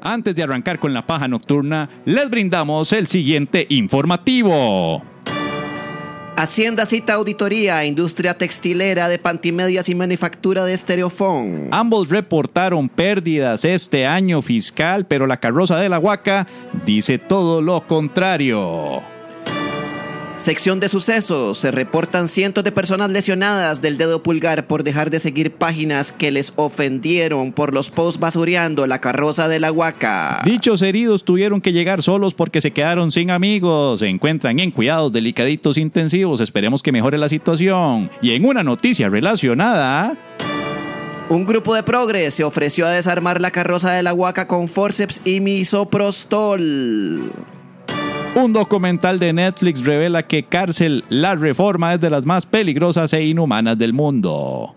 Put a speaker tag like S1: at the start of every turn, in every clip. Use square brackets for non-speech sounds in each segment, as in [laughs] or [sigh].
S1: Antes de arrancar con la paja nocturna, les brindamos el siguiente informativo.
S2: Hacienda cita auditoría a industria textilera de pantimedias y manufactura de estereofón.
S1: Ambos reportaron pérdidas este año fiscal, pero la carroza de la Huaca dice todo lo contrario.
S2: Sección de sucesos. Se reportan cientos de personas lesionadas del dedo pulgar por dejar de seguir páginas que les ofendieron por los posts basureando la carroza de la Huaca.
S1: Dichos heridos tuvieron que llegar solos porque se quedaron sin amigos. Se encuentran en cuidados delicaditos intensivos. Esperemos que mejore la situación. Y en una noticia relacionada.
S2: Un grupo de progres se ofreció a desarmar la carroza de la Huaca con forceps y misoprostol.
S1: Un documental de Netflix revela que cárcel la reforma es de las más peligrosas e inhumanas del mundo.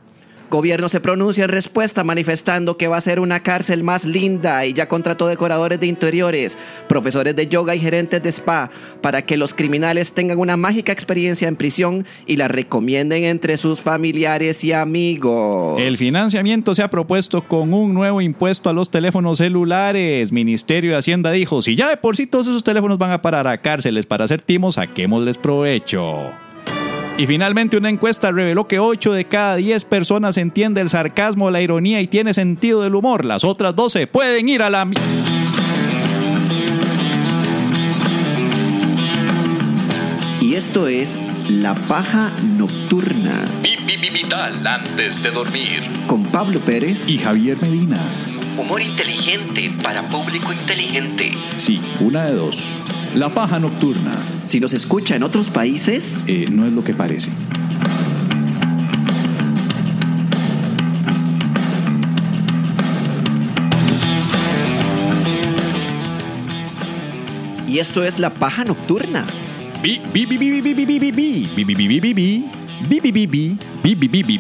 S2: Gobierno se pronuncia en respuesta manifestando que va a ser una cárcel más linda y ya contrató decoradores de interiores, profesores de yoga y gerentes de spa para que los criminales tengan una mágica experiencia en prisión y la recomienden entre sus familiares y amigos.
S1: El financiamiento se ha propuesto con un nuevo impuesto a los teléfonos celulares. Ministerio de Hacienda dijo, si ya de por sí todos esos teléfonos van a parar a cárceles para hacer timos, saquémosles provecho. Y finalmente una encuesta reveló que 8 de cada 10 personas entiende el sarcasmo, la ironía y tiene sentido del humor. Las otras 12 pueden ir a la... mi-
S2: Y esto es La Paja Nocturna
S3: Vital antes de dormir.
S2: con Pablo Pérez.
S1: Y Javier Medina.
S2: humor inteligente para público inteligente.
S1: Sí, una de dos. La paja nocturna
S2: Si nos escucha en otros países,
S1: eh, no es lo que parece.
S2: y esto es La Paja Nocturna.
S1: Bi, bi, bi, bi, bi, bi, bi, bi, bi, bi, bi, bi, bi, bi, bi, bi, bi, bi, bi, bi, bi, bi, bi,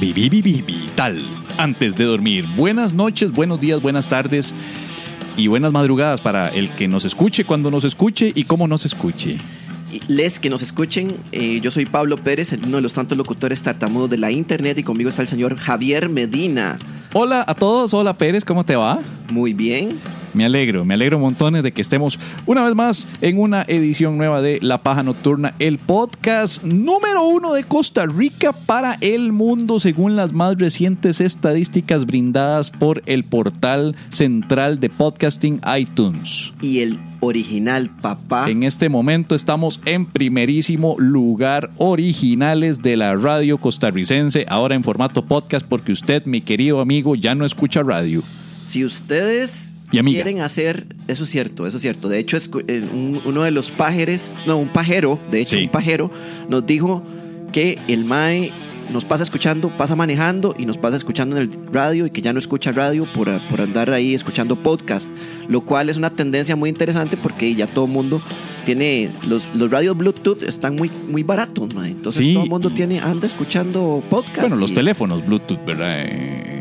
S1: bi, bi, bi, bi, tal. Antes de dormir, buenas noches, buenos días, buenas tardes y buenas madrugadas para el que nos escuche, cuando nos escuche y cómo nos escuche.
S2: Y Les que nos escuchen, eh, yo soy Pablo Pérez, el- uno de los tantos locutores tartamudos de la internet y conmigo está el señor Javier Medina.
S1: Hola a todos, hola Pérez, ¿cómo te va?
S2: Muy bien.
S1: Me alegro, me alegro montones de que estemos una vez más en una edición nueva de La Paja Nocturna, el podcast número uno de Costa Rica para el mundo, según las más recientes estadísticas brindadas por el portal central de podcasting iTunes.
S2: Y el original papá.
S1: En este momento estamos en primerísimo lugar originales de la radio costarricense, ahora en formato podcast porque usted, mi querido amigo, ya no escucha radio.
S2: Si ustedes
S1: Y amiga.
S2: quieren hacer, eso es cierto, eso es cierto. De hecho, es cu- eh, un- uno de los pajeres, no, un pajero, de hecho,
S1: Sí.
S2: un pajero, nos dijo que el MAE nos pasa escuchando, pasa manejando y nos pasa escuchando en el radio y que ya no escucha radio por, por andar ahí escuchando podcast, lo cual es una tendencia muy interesante porque ya todo el mundo tiene, los, los radios Bluetooth están muy, muy baratos, mae. Entonces
S1: Sí.
S2: todo el mundo tiene, anda escuchando podcast.
S1: Bueno, los
S2: y-
S1: teléfonos Bluetooth, ¿verdad? Eh,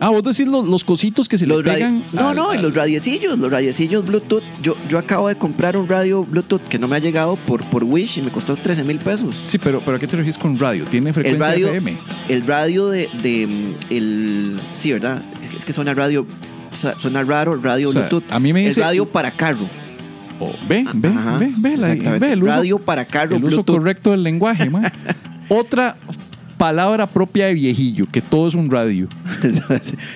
S1: Ah, vos decís los, los cositos que se
S2: Los
S1: le
S2: radio-
S1: pegan.
S2: no,
S1: al-
S2: no, y
S1: al-
S2: los radiecillos, los radiecillos Bluetooth. Yo, yo acabo de comprar un radio Bluetooth que no me ha llegado por, por Wish y me costó 13 mil pesos.
S1: Sí, pero, pero ¿a qué te refieres con radio? ¿Tiene
S2: El
S1: frecuencia
S2: radio,
S1: FM?
S2: el radio de, de, mm, el, sí, ¿verdad? Es que- Es que suena radio, su- suena raro, radio
S1: O sea,
S2: Bluetooth.
S1: a mí me dice-
S2: El radio para carro.
S1: Oh, ve, ve,
S2: Ajá,
S1: ve, ve, la-
S2: exactamente.
S1: ve el uso,
S2: radio para carro
S1: el uso
S2: Bluetooth.
S1: correcto del lenguaje,
S2: [laughs]
S1: man. Otra palabra propia de viejillo, que todo es un radio.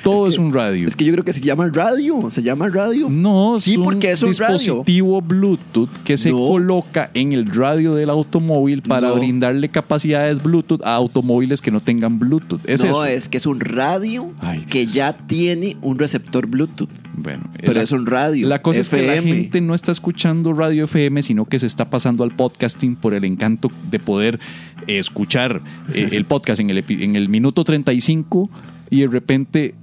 S1: Todo es, un radio.
S2: [laughs] Es que yo creo que se llama radio, se llama radio.
S1: No, es
S2: Sí,
S1: un
S2: porque es un
S1: dispositivo Bluetooth que se
S2: No.
S1: coloca en el radio del automóvil para
S2: No.
S1: brindarle capacidades Bluetooth a automóviles que no tengan Bluetooth. Es
S2: no,
S1: eso.
S2: es que es un radio
S1: Ay,
S2: que ya tiene un receptor Bluetooth.
S1: Bueno,
S2: Pero
S1: la-
S2: es un radio,
S1: La cosa es que
S2: FM.
S1: la gente no está escuchando radio FM, sino que se está pasando al podcasting por el encanto de poder eh, escuchar eh,
S2: [laughs]
S1: el podcast en el, epi- en el minuto 35 y de repente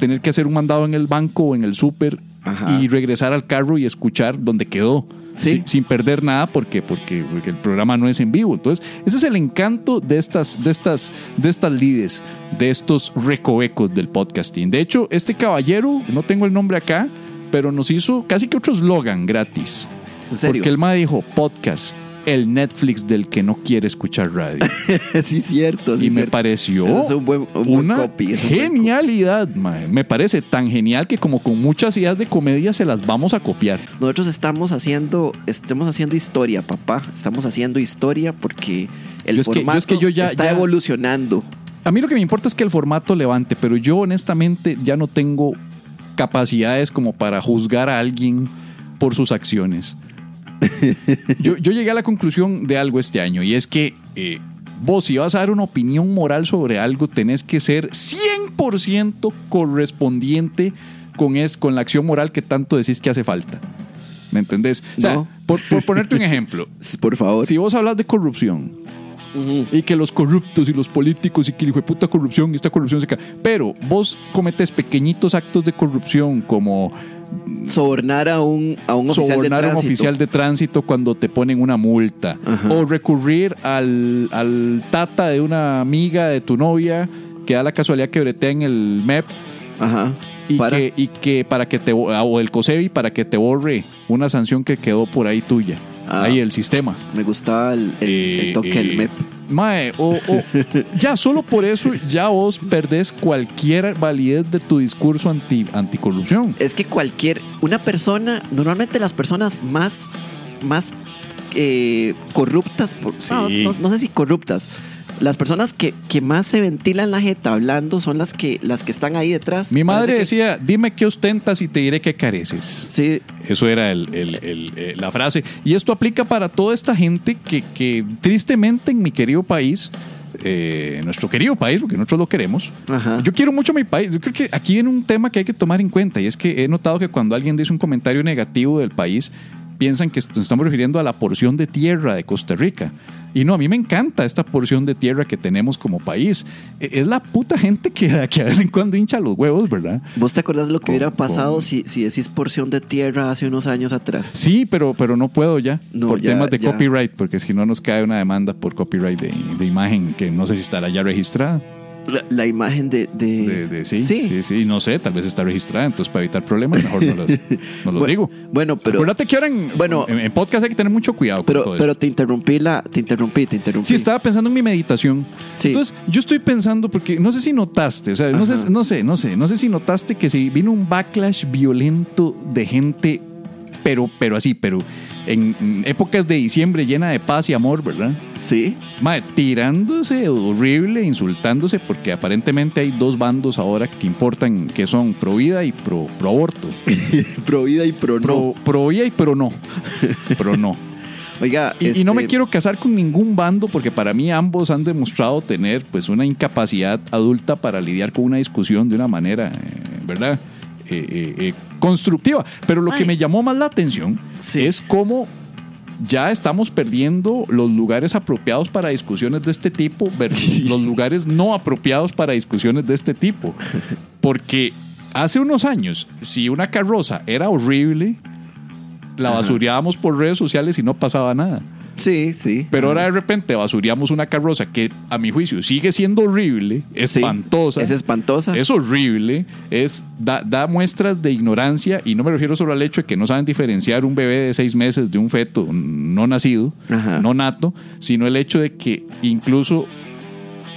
S1: tener que hacer un mandado en el banco o en el súper
S2: Ajá.
S1: y regresar al carro y escuchar donde quedó.
S2: Sí.
S1: Sin, sin perder nada porque, porque, porque el programa no es en vivo. Entonces, ese es el encanto de estas, de estas, de estas lides, de estos recovecos del podcasting. De hecho, este caballero, no tengo el nombre acá, pero nos hizo casi que otro eslogan gratis.
S2: En serio.
S1: Porque el MA dijo, podcast, el Netflix del que no quiere escuchar radio.
S2: [laughs] sí, cierto. [laughs] sí,
S1: y me
S2: cierto.
S1: pareció
S2: Eso es un buen- un buen
S1: una
S2: copy, es un buen
S1: genialidad, mae. Me parece tan genial que como con muchas ideas de comedia se las vamos a copiar.
S2: Nosotros estamos haciendo, estamos haciendo historia, papá. Estamos haciendo historia porque el
S1: Yo es que- yo
S2: formato
S1: es que yo ya-
S2: está
S1: ya-
S2: evolucionando.
S1: A mí lo que me importa es que el formato levante, pero yo honestamente ya no tengo capacidades como para juzgar a alguien por sus
S2: [laughs]
S1: acciones. Yo, yo llegué a la conclusión de algo este año y es que eh, vos si vas a dar una opinión moral sobre algo tenés que ser 100% correspondiente con, es, con la acción moral que tanto decís que hace falta. ¿Me entendés? O sea,
S2: No.
S1: por, por ponerte un ejemplo,
S2: [laughs] Por favor.
S1: si vos hablas de corrupción,
S2: Ujú.
S1: y que los corruptos y los políticos y que el hijo de puta corrupción y esta corrupción se cae. Pero vos cometes pequeñitos actos de corrupción como
S2: Sobornar a un, a un oficial
S1: sobornar
S2: de
S1: a un
S2: tránsito.
S1: oficial de tránsito cuando te ponen una multa
S2: Ajá.
S1: o recurrir al, al tata de una amiga de tu novia que da la casualidad que bretea en el MEP
S2: Ajá.
S1: y,
S2: Para.
S1: Que, y que para que te bo- ah, o el COSEBI para que te borre una sanción que quedó por ahí tuya,
S2: Ah.
S1: ahí el sistema.
S2: Me gustaba el, el- el
S1: Eh,
S2: toque
S1: eh,
S2: del MEP.
S1: Mae, o, o- ya solo por eso ya vos perdés cualquier validez de tu discurso anti, anticorrupción.
S2: Es que cualquier, una persona, normalmente las personas más, más eh, corruptas, por- no,
S1: Sí.
S2: no- no sé si corruptas, las personas que, que más se ventilan la jeta hablando son las que, las que están ahí detrás.
S1: Mi madre
S2: Parece que-
S1: decía, dime qué ostentas y te diré qué careces.
S2: Sí,
S1: Eso era el- el- el- eh, la frase. Y esto aplica para toda esta gente que, que tristemente en mi querido país, eh, nuestro querido país, porque nosotros lo queremos,
S2: Ajá.
S1: yo quiero mucho mi país. Yo creo que aquí viene un tema que hay que tomar en cuenta y es que he notado que cuando alguien dice un comentario negativo del país, piensan que nos estamos refiriendo a la porción de tierra de Costa Rica. Y no, a mí me encanta esta porción de tierra que tenemos como país. E- Es la puta gente que, que de vez en cuando hincha los huevos, ¿verdad?
S2: ¿Vos te acordás lo que
S1: Con-
S2: hubiera pasado
S1: con-
S2: si, si decís porción de tierra hace unos años atrás?
S1: Sí, pero, pero no puedo ya
S2: No,
S1: por
S2: ya,
S1: temas de
S2: ya.
S1: copyright, porque si no nos cae una demanda por copyright de, de imagen que no sé si estará ya registrada.
S2: La, la imagen de... de-
S1: De- de- sí, sí, sí, Y no sé, tal vez está registrada, entonces para evitar problemas mejor no los, no los
S2: [laughs] Bueno,
S1: digo.
S2: Bueno, pero,
S1: Acuérdate que ahora en,
S2: Bueno.
S1: en, en podcast hay que tener mucho cuidado con
S2: pero,
S1: todo
S2: pero
S1: eso.
S2: te interrumpí la... Te interrumpí, te interrumpí.
S1: Sí, estaba pensando en mi meditación.
S2: Sí.
S1: Entonces, yo estoy pensando, porque no sé si notaste, o sea, no sé,
S2: Ajá.
S1: no sé, no sé, no sé si notaste que si vino un backlash violento de gente, pero, pero así, pero en, en épocas de diciembre llena de paz y amor, ¿verdad?
S2: Sí.
S1: Madre, tirándose horrible, insultándose, porque aparentemente hay dos bandos ahora que importan, que son pro vida y pro, pro aborto.
S2: Pro vida y pro, no.
S1: Pro, pro vida y pro
S2: [laughs]
S1: no. Pro no.
S2: Oiga,
S1: Y, y no me
S2: este,
S1: quiero casar con ningún bando porque para mí ambos han demostrado tener pues una incapacidad adulta para lidiar con una discusión de una manera, eh, ¿verdad? Eh, eh, eh, constructiva. Pero lo que
S2: Ay.
S1: me llamó más la atención
S2: Sí.
S1: es cómo ya estamos perdiendo los lugares apropiados para discusiones de este tipo
S2: [laughs]
S1: versus los lugares no apropiados para discusiones de este tipo. Porque hace unos años, si una carroza era horrible, la
S2: Ajá.
S1: basureábamos por redes sociales y no pasaba nada.
S2: Sí, sí.
S1: Pero ahora de repente basureamos una carroza que, a mi juicio, sigue siendo horrible,
S2: Sí,
S1: espantosa.
S2: Es espantosa.
S1: Es horrible, es, da, da muestras de ignorancia y no me refiero solo al hecho de que no saben diferenciar un bebé de seis meses de un feto no nacido,
S2: Ajá.
S1: no nato, sino el hecho de que incluso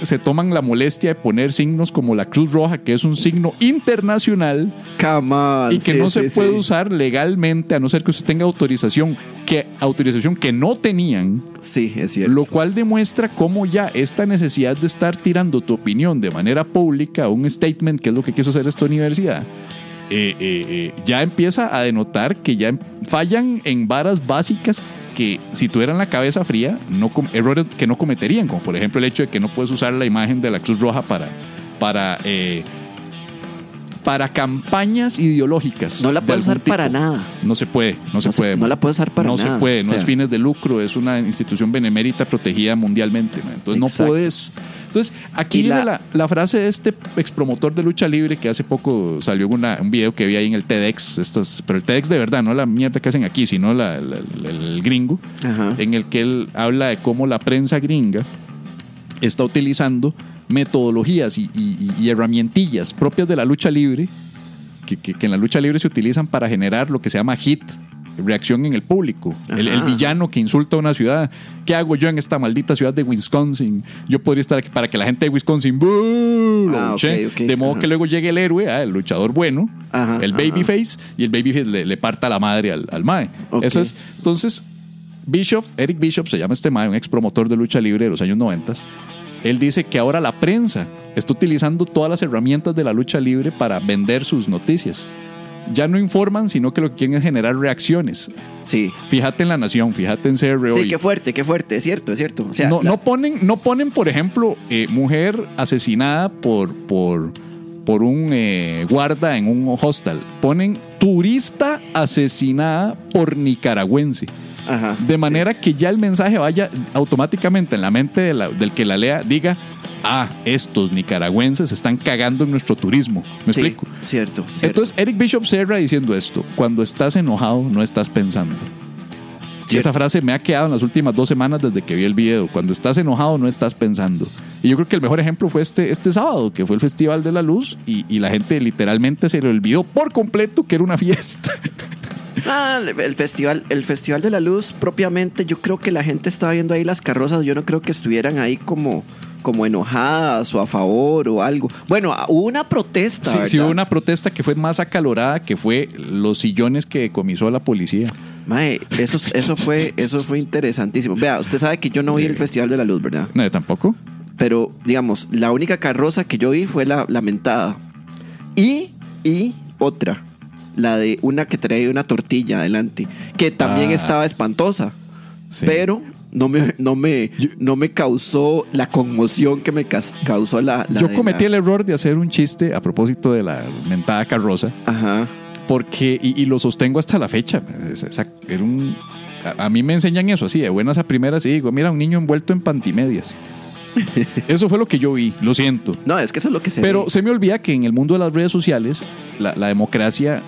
S1: se toman la molestia de poner signos como la Cruz Roja, que es un signo internacional
S2: Come on,
S1: y que
S2: sí,
S1: no
S2: sí,
S1: se
S2: sí.
S1: puede usar legalmente a no ser que usted tenga autorización, que autorización que no tenían.
S2: Sí, es cierto.
S1: Lo cual demuestra cómo ya esta necesidad de estar tirando tu opinión de manera pública, un statement, que es lo que quiso hacer esta universidad, eh, eh, eh, ya empieza a denotar que ya em, fallan en varas básicas que si tuvieran la cabeza fría, no com- errores que no cometerían, como por ejemplo el hecho de que no puedes usar la imagen de la Cruz Roja para... para eh, para campañas ideológicas.
S2: No la
S1: de
S2: puede
S1: algún
S2: usar para
S1: tipo.
S2: nada.
S1: No se puede, no, se
S2: No se-
S1: puede.
S2: no
S1: man.
S2: la puede usar para
S1: no
S2: nada,
S1: se puede,
S2: o
S1: no
S2: sea.
S1: es fines de lucro, es una institución benemérita protegida mundialmente. man. Entonces no
S2: Exacto.
S1: puedes. Entonces, aquí
S2: Y
S1: viene la,
S2: la-
S1: la frase de este expromotor de lucha libre que hace poco salió en una- un video que vi ahí en el TEDx, estas, pero el TEDx de verdad, no la mierda que hacen aquí, sino la- la- la- el gringo,
S2: Ajá.
S1: en el que él habla de cómo la prensa gringa está utilizando metodologías y, y- y- y herramientillas propias de la lucha libre, que, que- que en la lucha libre se utilizan para generar lo que se llama hit reacción en el público. El,
S2: Ajá.
S1: el villano que insulta a una ciudad. ¿Qué hago yo en esta maldita ciudad de Wisconsin? Yo podría estar aquí para que la gente de Wisconsin "Bú", lo
S2: Ah,
S1: buche.
S2: ok, ok.
S1: De modo
S2: Ajá.
S1: que luego llegue el héroe, ah, el luchador bueno,
S2: Ajá,
S1: el
S2: ajá.
S1: babyface, y el babyface le, le parta la madre al, al mae.
S2: Ah. Ok.
S1: Eso es. Entonces, Bishop, Eric Bishop se llama este mae, un ex promotor de lucha libre de los años 90. Él dice que ahora la prensa está utilizando todas las herramientas de la lucha libre para vender sus noticias. Ya no informan, sino que lo que quieren es generar reacciones.
S2: Sí.
S1: Fíjate en La Nación, fíjate en CR
S2: Sí,
S1: hoy.
S2: qué fuerte, qué fuerte, es cierto, es cierto. O sea,
S1: no,
S2: la-
S1: no ponen, no ponen, por ejemplo, eh, mujer asesinada por, por, por un eh, guarda en un hostel. Ponen turista asesinada por nicaragüense.
S2: ajá,
S1: De manera que ya el mensaje vaya automáticamente en la mente de la- del que la lea, diga, ah, estos nicaragüenses están cagando en nuestro turismo. ¿Me
S2: sí,
S1: explico?
S2: Cierto, cierto.
S1: Entonces, Eric Bishop cierra diciendo esto: cuando estás enojado, no estás pensando. Y
S2: Cierto.
S1: esa frase me ha quedado en las últimas dos semanas desde que vi el video. Cuando estás enojado, no estás pensando. Y yo creo que el mejor ejemplo fue este, este sábado, que fue el Festival de la Luz, y, y la gente literalmente se le olvidó por completo que era una fiesta.
S2: Ah, el festival, el festival de la luz propiamente, yo creo que la gente estaba viendo ahí las carrozas, yo no creo que estuvieran ahí como, como enojadas o a favor o algo. Bueno, ah, hubo una protesta.
S1: Sí,
S2: ¿verdad?
S1: sí, hubo una protesta que fue más acalorada, que fue los sillones que decomisó la policía.
S2: Mae, eso, eso fue, eso fue interesantísimo. Vea, usted sabe que yo no vi el festival de la luz, ¿verdad?
S1: No, tampoco.
S2: Pero, digamos, la única carroza que yo vi fue la lamentada. Y, y otra. La de una que traía una tortilla adelante. Que también
S1: Ah.
S2: estaba espantosa.
S1: Sí.
S2: Pero no me, no, me,
S1: Yo-
S2: no me causó la conmoción que me cas- causó la. la
S1: Yo
S2: de
S1: cometí
S2: la-
S1: el error de hacer un chiste a propósito de la mentada carroza.
S2: Ajá.
S1: porque y, y lo sostengo hasta la fecha. Es- esa- era un- a, a mí me enseñan eso así, de buenas a primeras, y digo, mira, un niño envuelto en pantimedias. Eso fue lo que yo vi, lo siento.
S2: No, es que eso es lo que se.
S1: Pero
S2: ve.
S1: se me olvida que en el mundo de las redes sociales, la, la democracia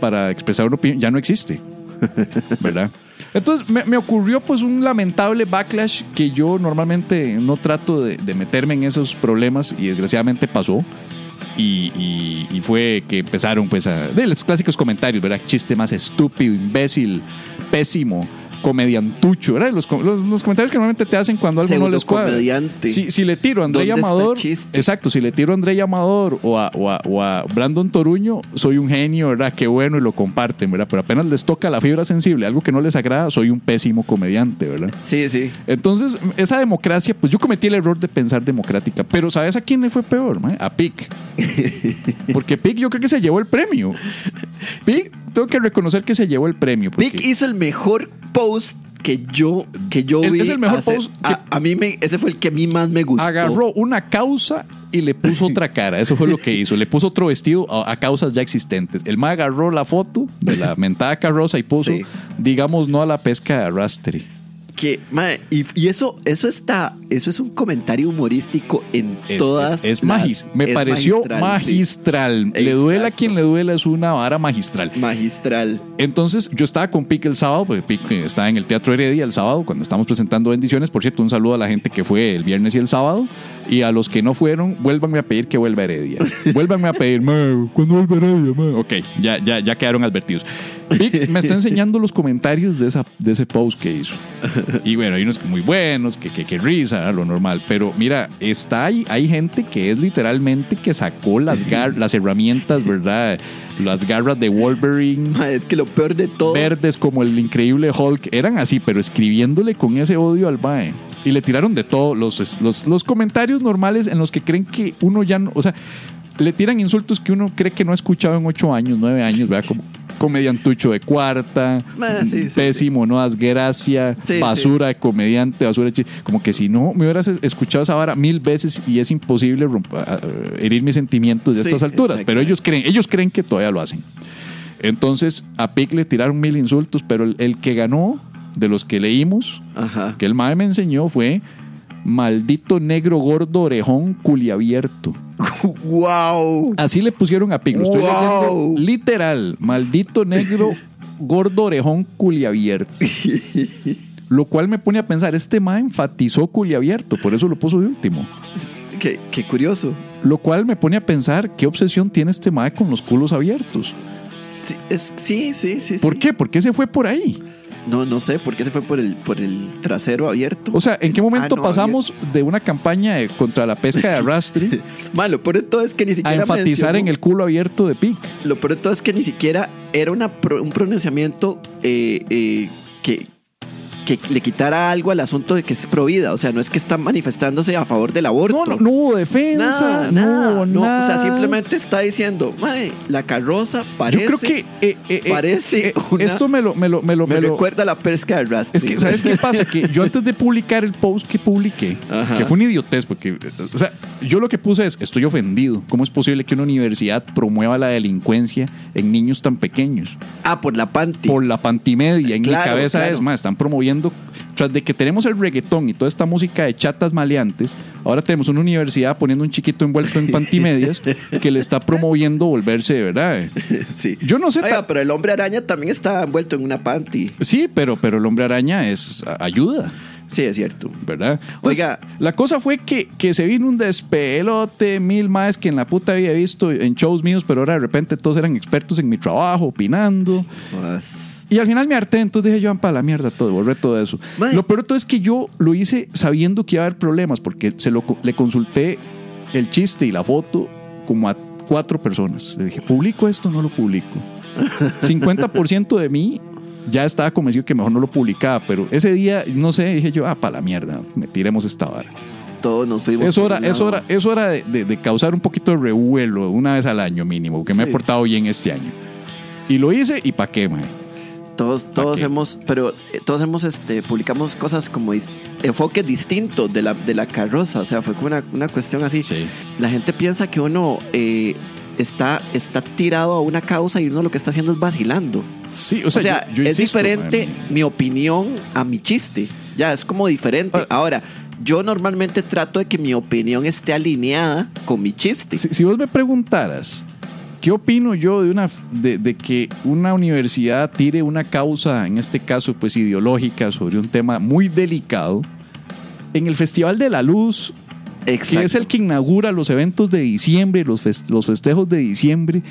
S1: para expresar una opinión ya no existe. ¿Verdad? Entonces me, me ocurrió pues un lamentable backlash que yo normalmente no trato de, de meterme en esos problemas y desgraciadamente pasó. Y, y- y fue que empezaron pues a... De los clásicos comentarios, ¿verdad? Chiste más estúpido, imbécil, pésimo, comediantucho, ¿verdad? Los, com- los- los comentarios que normalmente te hacen cuando algo no les cuadra.
S2: Pseudocomediante.
S1: Si, si le tiro a André
S2: ¿Dónde está el
S1: Amador...
S2: chiste?
S1: Exacto, si le tiro a André Amador o a, o, a, o a Brandon Toruño, soy un genio, ¿verdad? Qué bueno y lo comparten, ¿verdad? Pero apenas les toca la fibra sensible, algo que no les agrada, soy un pésimo comediante, ¿verdad?
S2: Sí, sí.
S1: Entonces, esa democracia, pues yo cometí el error de pensar democrática, pero ¿sabes a quién le fue peor? mae? A
S2: [laughs]
S1: Pic. Porque Pic yo creo que se llevó el premio. Pic, tengo que reconocer que se llevó el premio. porque-
S2: Vic hizo el mejor post que yo, que yo
S1: El-
S2: vi.
S1: es el mejor post que-
S2: A, a mí me, ese fue el que a mí más me gustó.
S1: Agarró una causa y le puso otra cara. Eso fue lo que hizo. Le puso otro vestido a, a causas ya existentes. El más agarró la foto de la mentada carroza y puso,
S2: Sí.
S1: digamos, no a la pesca de arrastre.
S2: Que, madre, y, y eso, eso está, eso es un comentario humorístico en
S1: Es,
S2: todas.
S1: es, es
S2: las-
S1: magis- Me
S2: es
S1: pareció magistral.
S2: magistral. sí.
S1: Le duela a
S2: Exacto.
S1: quien le duela, es una vara magistral.
S2: Magistral.
S1: Entonces, yo estaba con Pic el sábado, porque Pic eh, estaba en el Teatro Heredia el sábado, cuando estamos presentando bendiciones. Por cierto, un saludo a la gente que fue el viernes y el sábado. Y a los que no fueron, vuélvanme a pedir que vuelva Heredia. Vuélvanme a pedir, "Mae, ¿cuándo vuelve Heredia? mae?" Ok, ya, ya, ya quedaron advertidos. Pic me está enseñando los comentarios de, esa, de ese post que hizo. Y bueno, hay unos muy buenos, que, que, que risa, ¿verdad? lo normal. Pero mira, está ahí, hay gente que es literalmente que sacó las, gar- las herramientas, ¿verdad? Las garras de Wolverine.
S2: Madre, es que lo peor de todo.
S1: verdes como el increíble Hulk eran así, pero escribiéndole con ese odio al Mae. Y le tiraron de todo, los, los, los comentarios normales en los que creen que uno ya no, o sea, le tiran insultos que uno cree que no ha escuchado en ocho años, nueve años, ¿verdad? Como comediantucho de cuarta,
S2: Ah, sí, sí, sí.
S1: pésimo, no das gracia,
S2: Sí,
S1: basura de comediante, basura de chiste. Como que si no me hubieras escuchado esa vara mil veces y es imposible rompa- ah, herir mis sentimientos de
S2: Sí,
S1: estas alturas. Pero ellos creen, ellos creen que todavía lo hacen. Entonces a Pic le tiraron mil insultos, pero el, el que ganó de los que leímos,
S2: Ajá. [laughs]
S1: que el mae me enseñó fue maldito negro gordo orejón culiabierto.
S2: wow.
S1: Así le pusieron a Pic, lo estoy
S2: Wow.
S1: leyendo literal, maldito
S2: [laughs]
S1: negro gordo orejón culiabierto. Lo cual me pone a pensar, este mae enfatizó culiabierto, por eso lo puso de último.
S2: Qué, qué curioso.
S1: Lo cual me pone a pensar qué obsesión tiene este mae con los culos abiertos.
S2: Sí, es- sí, sí, sí, sí.
S1: ¿Por qué? ¿Por qué se fue por ahí?
S2: No, no sé, ¿por qué se fue por el, por el trasero abierto?
S1: O sea, ¿en qué momento
S2: Ah, no,
S1: pasamos de una campaña de- contra la pesca
S2: [laughs]
S1: de arrastre
S2: Malo, por esto es que ni
S1: a
S2: siquiera.
S1: enfatizar
S2: mencionó-
S1: en el culo abierto de PIC?
S2: Lo peor de todo es que ni siquiera era una pro- un pronunciamiento eh, eh, que, que le quitara algo al asunto de que es provida. O sea, no es que está manifestándose a favor del aborto.
S1: No, no, no hubo defensa.
S2: Nada,
S1: no
S2: nada,
S1: hubo
S2: no, o sea,
S1: nada.
S2: simplemente está diciendo, "Mae, la carroza parece,
S1: Yo creo que. eh, eh, eh,
S2: parece
S1: eh,
S2: una-
S1: Esto me lo. Me lo, me lo,
S2: me
S1: me lo-
S2: recuerda a la pesca de Rusty.
S1: es que, ¿sabes qué pasa? Que yo antes de publicar el post que publiqué,
S2: Ajá.
S1: que fue un idiotez, porque. O sea, yo lo que puse es: estoy ofendido. ¿Cómo es posible que una universidad promueva la delincuencia en niños tan pequeños?
S2: [laughs] Ah, por la panty.
S1: por la pantimedia. En mi
S2: Claro,
S1: cabeza
S2: claro.
S1: es más, están promoviendo. Tras de que tenemos el reggaetón y toda esta música de chatas maleantes, ahora tenemos una universidad poniendo un chiquito envuelto
S2: [laughs]
S1: en pantimedias que le está promoviendo volverse, de ¿verdad?
S2: Sí.
S1: Yo no sé.
S2: Oiga,
S1: ta-
S2: pero el hombre araña también está envuelto en una panty.
S1: Sí, pero, pero el hombre araña es a- ayuda,
S2: Sí, es cierto.
S1: ¿verdad? Entonces,
S2: Oiga.
S1: la cosa fue que, que se vino un despelote, mil más que en la puta había visto en shows míos, pero ahora de repente todos eran expertos en mi trabajo, opinando.
S2: Pues,
S1: Y al final me harté, entonces dije yo, ampa, la mierda todo, borré todo eso.
S2: Mae.
S1: Lo peor de todo es que yo lo hice sabiendo que iba a haber problemas, porque se lo, co- le consulté el chiste y la foto como a cuatro personas. Le dije, ¿publico esto o no lo publico?
S2: [laughs]
S1: 50% de mí ya estaba convencido que mejor no lo publicaba, pero ese día, no sé, dije yo, ah, pa' la mierda, me tiremos esta vara.
S2: Todos nos fuimos.
S1: Es
S2: por
S1: hora,
S2: un
S1: es
S2: lado.
S1: hora, es hora de, de- de causar un poquito de revuelo una vez al año mínimo, que me he
S2: Sí.
S1: portado bien este año. Y lo hice y pa' qué, mae.
S2: Todos, todos
S1: qué?
S2: hemos, pero eh, todos hemos, este, publicamos cosas como dis- enfoques distintos de la, de la carroza, o sea, fue como una, una cuestión así. La gente piensa que uno eh, está, está tirado a una causa y uno lo que está haciendo es vacilando.
S1: Sí, o
S2: O sea,
S1: sea, yo- yo
S2: es
S1: insisto,
S2: diferente
S1: mae.
S2: mi opinión a mi chiste, ya es como diferente.
S1: Ah.
S2: Ahora, yo normalmente trato de que mi opinión esté alineada con mi chiste.
S1: Si, si vos me preguntaras, ¿qué opino yo de, una, de, de que una universidad tire una causa, en este caso pues ideológica, sobre un tema muy delicado? En el Festival de la Luz,
S2: Exacto.
S1: que es el que inaugura los eventos de diciembre, los, fes- los festejos de diciembre,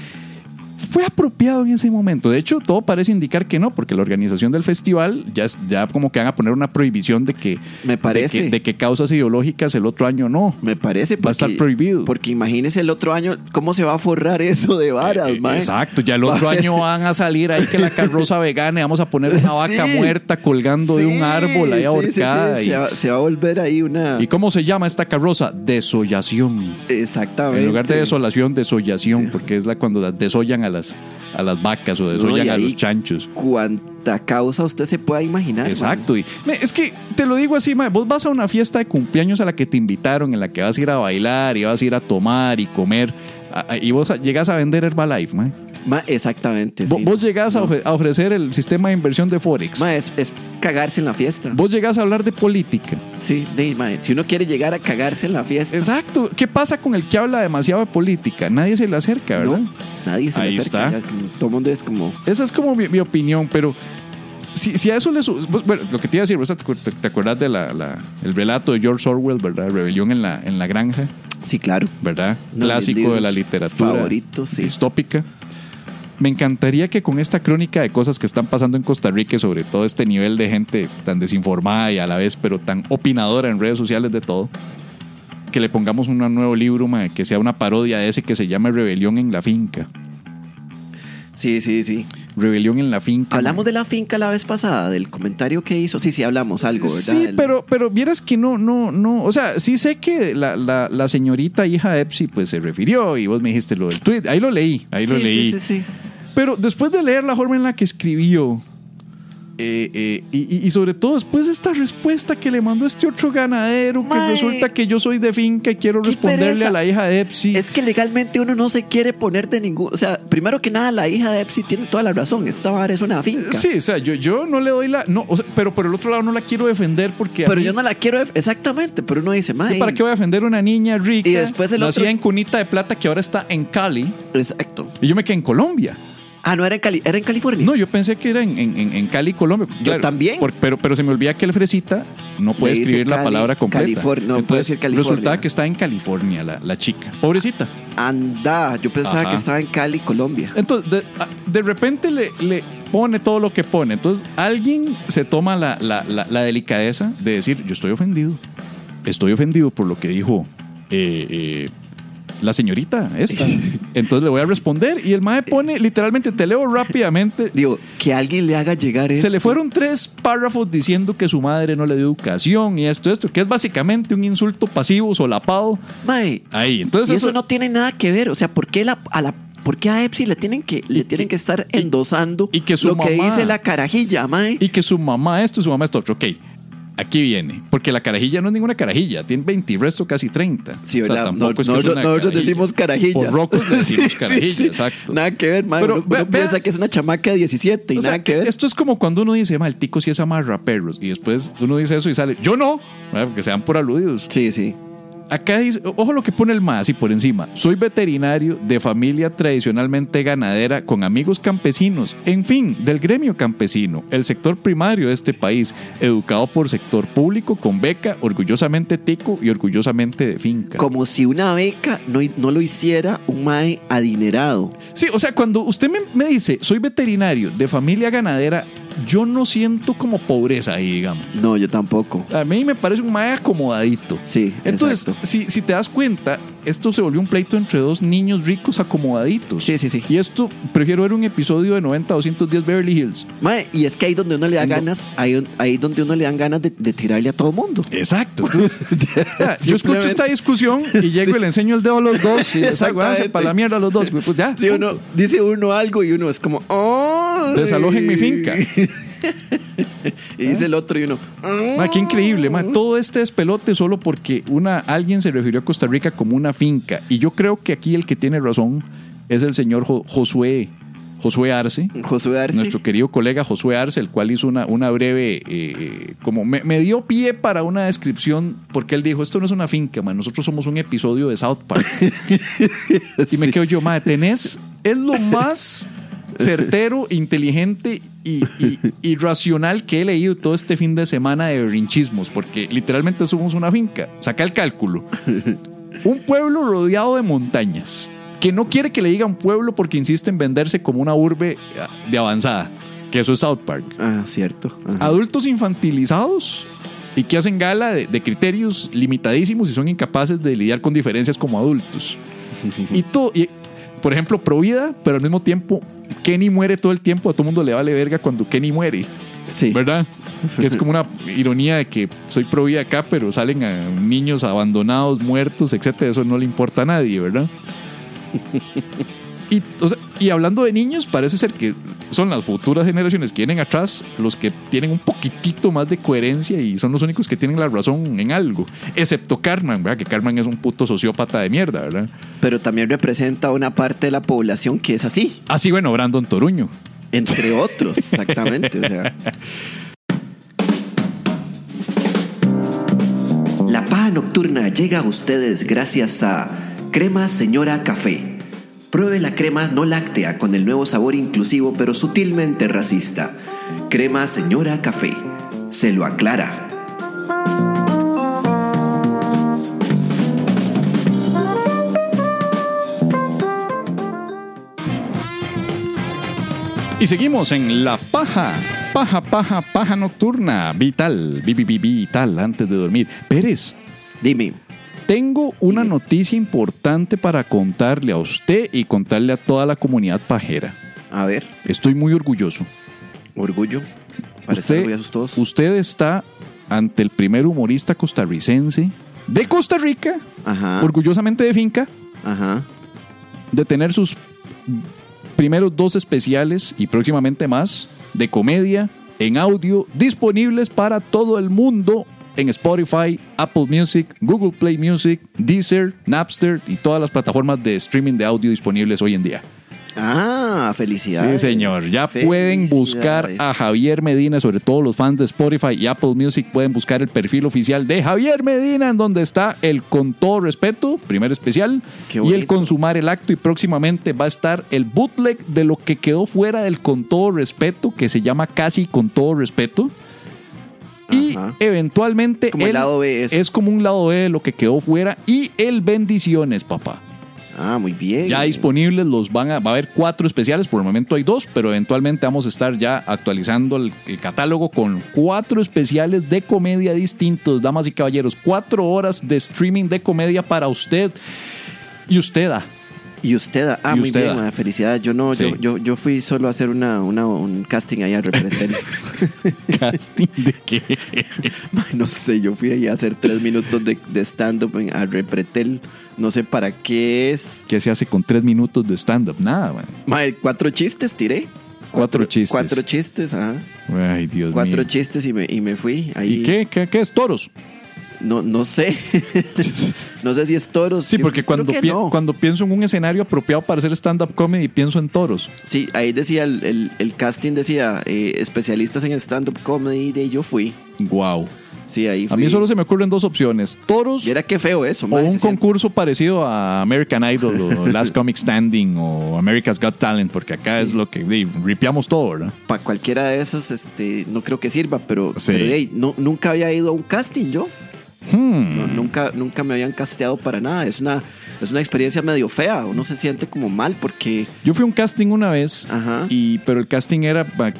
S1: fue apropiado en ese momento. De hecho, todo parece indicar que no, porque la organización del festival ya, es- ya como que van a poner una prohibición de que,
S2: Me parece.
S1: de que, de que causas ideológicas el otro año no.
S2: Me parece.
S1: Va a estar prohibido.
S2: Porque imagínese el otro año, ¿cómo se va a forrar eso de varas,
S1: Eh, eh,
S2: mae?
S1: Exacto, ya el otro
S2: Mae.
S1: año van a salir ahí que la
S2: [laughs]
S1: carroza vegana y vamos a poner una vaca
S2: Sí.
S1: muerta colgando de un
S2: Sí,
S1: árbol ahí
S2: sí,
S1: ahorcada.
S2: sí, sí,
S1: y-
S2: Se, va, se va a volver ahí una.
S1: y, cómo se llama esta carroza? Desollación.
S2: Exactamente.
S1: En lugar de desolación, desollación, porque es la cuando las desollan a las, a las vacas o desollan
S2: No, y
S1: a
S2: ahí- Ah,
S1: los chanchos.
S2: Cuanta causa usted se pueda imaginar.
S1: Exacto. Y, me- es que te lo digo así, mae, vos vas a una fiesta de cumpleaños a la que te invitaron, en la que vas a ir a bailar y vas a ir a tomar y comer, a- a- y vos a- llegas a vender Herbalife, mae.
S2: mae. Ma- exactamente.
S1: Vo-
S2: sí.
S1: Vos llegás a
S2: No.
S1: ofe- a ofrecer el sistema de inversión de Forex.
S2: Ma, es, es cagarse en la fiesta.
S1: Vos llegás a hablar de política.
S2: Sí, de, ma, si uno quiere llegar a cagarse en la fiesta.
S1: Exacto. ¿Qué pasa con el que habla demasiado de política? Nadie se le acerca, ¿verdad?
S2: no, nadie se le
S1: Ahí
S2: acerca,
S1: está.
S2: ya, como- todo el mundo es como.
S1: Esa es como mi, mi opinión, pero si, si a eso le... su- vos- Bueno, lo que te iba a decir, vos te, te- te acuerdas del relato de George Orwell, ¿verdad? Rebelión en la, en la granja,
S2: Sí, claro.
S1: ¿verdad?
S2: Uno de mis
S1: Clásico de
S2: libros
S1: la literatura
S2: favoritos, sí.
S1: distópica. Me encantaría que con esta crónica de cosas que están pasando en Costa Rica, y sobre todo este nivel de gente tan desinformada y a la vez, pero tan opinadora en redes sociales de todo, que le pongamos un nuevo libro mae, que sea una parodia de ese que se llama Rebelión en la finca.
S2: Sí, sí, sí.
S1: Rebelión en la finca.
S2: Hablamos
S1: mae.
S2: de la finca la vez pasada, del comentario que hizo. Sí, sí, hablamos algo, ¿verdad?
S1: Sí,
S2: El-
S1: pero, pero vieras que no, no, no. O sea, sí sé que la, la- la señorita hija de Epsi pues se refirió y vos me dijiste lo del tweet. Ahí lo leí, ahí lo
S2: Sí, sí,
S1: leí.
S2: sí, sí.
S1: Pero después de leer la forma en la que escribió, eh, eh, y, y- y sobre todo después de esta respuesta que le mandó este otro ganadero,
S2: Mae.
S1: que resulta que yo soy de finca y quiero
S2: Qué
S1: responderle
S2: pereza.
S1: a la hija de Epsi.
S2: Es que legalmente uno no se quiere poner de ningún. O sea, primero que nada, la hija de Epsi tiene toda la razón. Esta vara es una finca.
S1: Sí, o sea, yo, yo no le doy la. No, o sea, pero por el otro lado no la quiero defender porque. a
S2: Pero
S1: mí-
S2: yo no la quiero. def- Exactamente, pero uno dice,
S1: ¿yo
S2: madre.
S1: ¿Para qué voy a defender una niña rica?
S2: Y después el
S1: nacida
S2: otro-
S1: en Cunita de Plata que ahora está en Cali.
S2: Exacto.
S1: Y yo me quedé en Colombia.
S2: Ah, no, era en, Cali era en California.
S1: No, yo pensé que era en, en- en- en Cali, Colombia.
S2: Yo también.
S1: por- pero, pero se me olvida que el fresita no puede
S2: Le dice
S1: escribir la
S2: Cali-
S1: palabra completa.
S2: California, no, puede decir California.
S1: Resultaba que está en California la, la chica. Pobrecita.
S2: Anda, yo pensaba
S1: Ajá. Eh.
S2: que estaba en Cali, Colombia.
S1: Entonces, de, a- de repente le, le pone todo lo que pone. Entonces, alguien se toma la, la- la- la delicadeza de decir, yo estoy ofendido. Estoy ofendido por lo que dijo eh, eh, la señorita
S2: [laughs]
S1: esta. Entonces le voy a responder y el mae pone, literalmente, te leo rápidamente.
S2: Digo, que alguien le haga llegar eso.
S1: Se le fueron tres párrafos diciendo que su madre no le dio educación y esto, esto, que es básicamente un insulto pasivo, solapado.
S2: Mae,
S1: Ahí, entonces
S2: y eso, no tiene nada que ver. O sea, ¿por qué, la, a, la, por qué a Epsi le tienen que, le tienen que estar endosando
S1: y que su
S2: lo que
S1: mamá-
S2: dice la carajilla, mae?
S1: Y que su mamá esto, su mamá esto otro. Ok, aquí viene. Porque la carajilla no es ninguna carajilla. Tiene 20 y resto casi 30.
S2: Sí,
S1: O sea,
S2: ¿verdad?
S1: tampoco
S2: No-
S1: es que es
S2: nosotros,
S1: una
S2: nosotros
S1: carajilla.
S2: decimos carajilla.
S1: Por rocos
S2: [laughs]
S1: le decimos carajilla, exacto.
S2: Nada que ver, mae.
S1: Pero
S2: uno,
S1: ve-
S2: uno
S1: vea-
S2: piensa que es una chamaca de 17 y
S1: O sea,
S2: nada que ver.
S1: esto es como cuando uno dice, "Ma, el tico sí es amarra perros. Y después uno dice eso y sale, yo no. ¿verdad? Porque se dan por aludidos.
S2: Sí, sí.
S1: Acá dice, ojo lo que pone el más y por encima. Soy veterinario de familia tradicionalmente ganadera con amigos campesinos, en fin, del gremio campesino, el sector primario de este país, educado por sector público con beca, orgullosamente tico y orgullosamente de finca.
S2: Como si una beca no, no lo hiciera un mae adinerado.
S1: Sí, o sea, cuando usted me, me dice, soy veterinario de familia ganadera, yo no siento como pobreza ahí, digamos.
S2: No, yo tampoco.
S1: A mí me parece un mae acomodadito.
S2: Sí,
S1: Entonces,
S2: exacto.
S1: si, si te das cuenta, esto se volvió un pleito entre dos niños ricos acomodaditos.
S2: Sí, sí, sí.
S1: Y esto, prefiero ver un episodio de 90-210 Beverly Hills.
S2: Mae, y es que ahí donde uno le da
S1: Ando-
S2: ganas, ahí, ahí donde uno le dan ganas de, de tirarle a todo mundo. [laughs]
S1: Exacto. Entonces, o sea, yo escucho
S2: Simplemente.
S1: esta discusión y llego y le enseño el dedo a los dos y les hago
S2: Exactamente.
S1: para la mierda a los dos. Pues ya,
S2: Sí, uno dice uno algo y uno es como, ¡oh!
S1: Desalojen mi finca.
S2: [laughs] y dice el otro y uno, "Ah".
S1: Ma, qué increíble, ma. Todo este despelote solo porque una, alguien se refirió a Costa Rica como una finca. Y yo creo que aquí el que tiene razón es el señor Jo- Josué, Josué Arce.
S2: Josué Arce.
S1: Nuestro querido colega Josué Arce, el cual hizo una, una breve, eh, como me, me dio pie para una descripción, porque él dijo, esto no es una finca, man, nosotros somos un episodio de South Park. Y me quedo yo, ma, tenés, es lo más certero, inteligente y, y- y racional que he leído todo este fin de semana de rinchismos, porque literalmente somos una finca. Saca el cálculo. Un pueblo rodeado de montañas, que no quiere que le digan pueblo porque insiste en venderse como una urbe ah, de avanzada, que eso es South Park.
S2: Ah, cierto. Ajá.
S1: Adultos infantilizados y que hacen gala de, de criterios limitadísimos y son incapaces de lidiar con diferencias como adultos. y todo, y, por ejemplo, pro vida, pero al mismo tiempo, Kenny muere todo el tiempo, a todo mundo le vale verga cuando Kenny muere.
S2: Sí.
S1: ¿Verdad? Que es como una ironía de que soy pro vida acá, pero salen a niños abandonados, muertos, etcétera. Eso no le importa a nadie, ¿verdad? Y, o sea, y hablando de niños, parece ser que son las futuras generaciones que vienen atrás los que tienen un poquitito más de coherencia y son los únicos que tienen la razón en algo. Excepto Carmen, ¿verdad? Que Carmen es un puto sociópata de mierda, ¿verdad?
S2: Pero también representa una parte de la población que es así,
S1: Así, bueno, Brandon Toruño. [laughs]
S2: entre otros, exactamente. o sea. La paja nocturna llega a ustedes gracias a Crema Señora Café. Pruebe la crema no láctea con el nuevo sabor inclusivo pero sutilmente racista. Crema Señora Café. Se lo aclara.
S1: Y seguimos en la paja, paja, paja, paja nocturna, vital, vi- vi- vi- vital, antes de dormir. Pérez,
S2: Dime,
S1: tengo una noticia importante para contarle a usted y contarle a toda la comunidad pajera.
S2: a ver,
S1: Estoy muy orgulloso.
S2: orgullo. Para estar
S1: Usted,
S2: orgullosos todos.
S1: usted está ante el primer humorista costarricense de Costa Rica,
S2: Ajá,
S1: orgullosamente de finca,
S2: ajá.
S1: de tener sus primeros dos especiales y próximamente más de comedia en audio disponibles para todo el mundo en Spotify, Apple Music, Google Play Music, Deezer, Napster y todas las plataformas de streaming de audio disponibles hoy en día.
S2: Ah, Ah, felicidades.
S1: Sí, señor. Ya pueden buscar a Javier Medina, sobre todo los fans de Spotify y Apple Music, pueden buscar el perfil oficial de Javier Medina, en donde está el Con todo respeto, primer especial,
S2: Qué
S1: y el
S2: bonito.
S1: Consumar el acto. Y próximamente va a estar el bootleg de lo que quedó fuera del Con todo respeto, que se llama Casi con todo respeto. Y
S2: Ajá.
S1: eventualmente
S2: Es como el lado B de eso.
S1: es como un lado B de lo que quedó fuera y el bendiciones, papá.
S2: Ah, muy bien.
S1: Ya disponibles, los van a, va a haber cuatro especiales, por el momento hay dos, pero eventualmente vamos a estar ya actualizando el, el catálogo con cuatro especiales de comedia distintos, damas y caballeros, cuatro horas de streaming de comedia para usted y usted.
S2: [laughs]
S1: ah.
S2: Y usted, ah,
S1: Y
S2: muy
S1: usted,
S2: bien,
S1: ah.
S2: madre, felicidades. Yo no,
S1: Sí.
S2: yo, yo, yo fui solo a hacer una, una- un casting ahí
S1: [laughs]
S2: al representante.
S1: Casting de qué?
S2: Mae, [laughs] no sé, yo fui ahí a hacer tres minutos de, de stand-up en- al Repretel. No sé para qué es.
S1: ¿Qué se hace con tres minutos de stand-up? Nada, man.
S2: Mae, cuatro chistes tiré.
S1: Cuatro chistes.
S2: Cuatro chistes, ajá.
S1: Ay, Dios
S2: cuatro
S1: mío.
S2: chistes y me, y me fui. Ahí.
S1: ¿Y qué, qué, qué es? ¿Toros?
S2: No, no
S1: [laughs]
S2: sé. no sé si es toros.
S1: Sí,
S2: Yo
S1: porque
S2: creo
S1: cuando,
S2: que
S1: pi-
S2: no.
S1: cuando pienso en un escenario apropiado para hacer stand-up comedy, pienso en toros.
S2: Sí, ahí decía, el, el- el casting decía, eh, especialistas en stand-up comedy, de yo fui.
S1: Wow.
S2: Sí, ahí
S1: A
S2: fui.
S1: mí solo se me ocurren dos opciones: toros
S2: Mira qué feo eso,
S1: o
S2: mae,
S1: un
S2: se siente-
S1: concurso parecido a American Idol
S2: [laughs]
S1: o Last Comic Standing o America's Got Talent, porque acá es lo que di, ripiamos todo, ¿verdad?
S2: Para cualquiera de esos, este, no creo que sirva, pero,
S1: Sí.
S2: pero, hey, no, nunca había ido a un casting yo.
S1: Hmm.
S2: No, nunca, nunca me habían casteado para nada. Es una, es una experiencia medio fea. Uno se siente como mal porque.
S1: Yo fui a un casting una vez,
S2: Ajá.
S1: y, pero el casting era pa-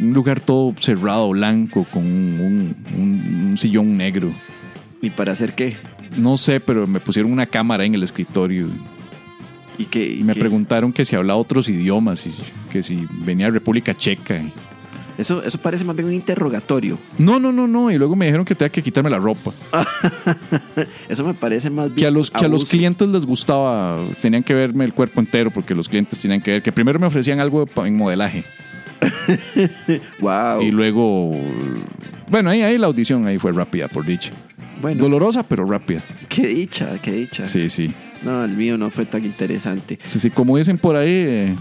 S1: un lugar todo cerrado, blanco, con un, un- un- un sillón negro.
S2: ¿Y para hacer qué?
S1: No sé, pero me pusieron una cámara en el escritorio
S2: Y que.
S1: y me preguntaron que si hablaba otros idiomas y que si venía de República Checa. y-
S2: Eso, eso parece más bien un interrogatorio.
S1: No, no, no, no. Y luego me dijeron que tenía que quitarme la ropa.
S2: Eso me parece más bien.
S1: que a los que a los
S2: abuso.
S1: clientes les gustaba tenían que verme el cuerpo entero porque los clientes tenían que ver que primero me ofrecían algo de pa- en modelaje
S2: Wow.
S1: y luego bueno ahí ahí la audición ahí fue rápida por dicha
S2: Bueno.
S1: dolorosa pero rápida
S2: Qué dicha, qué dicha.
S1: sí sí
S2: No, el mío no fue tan interesante.
S1: sí sí como dicen por ahí eh,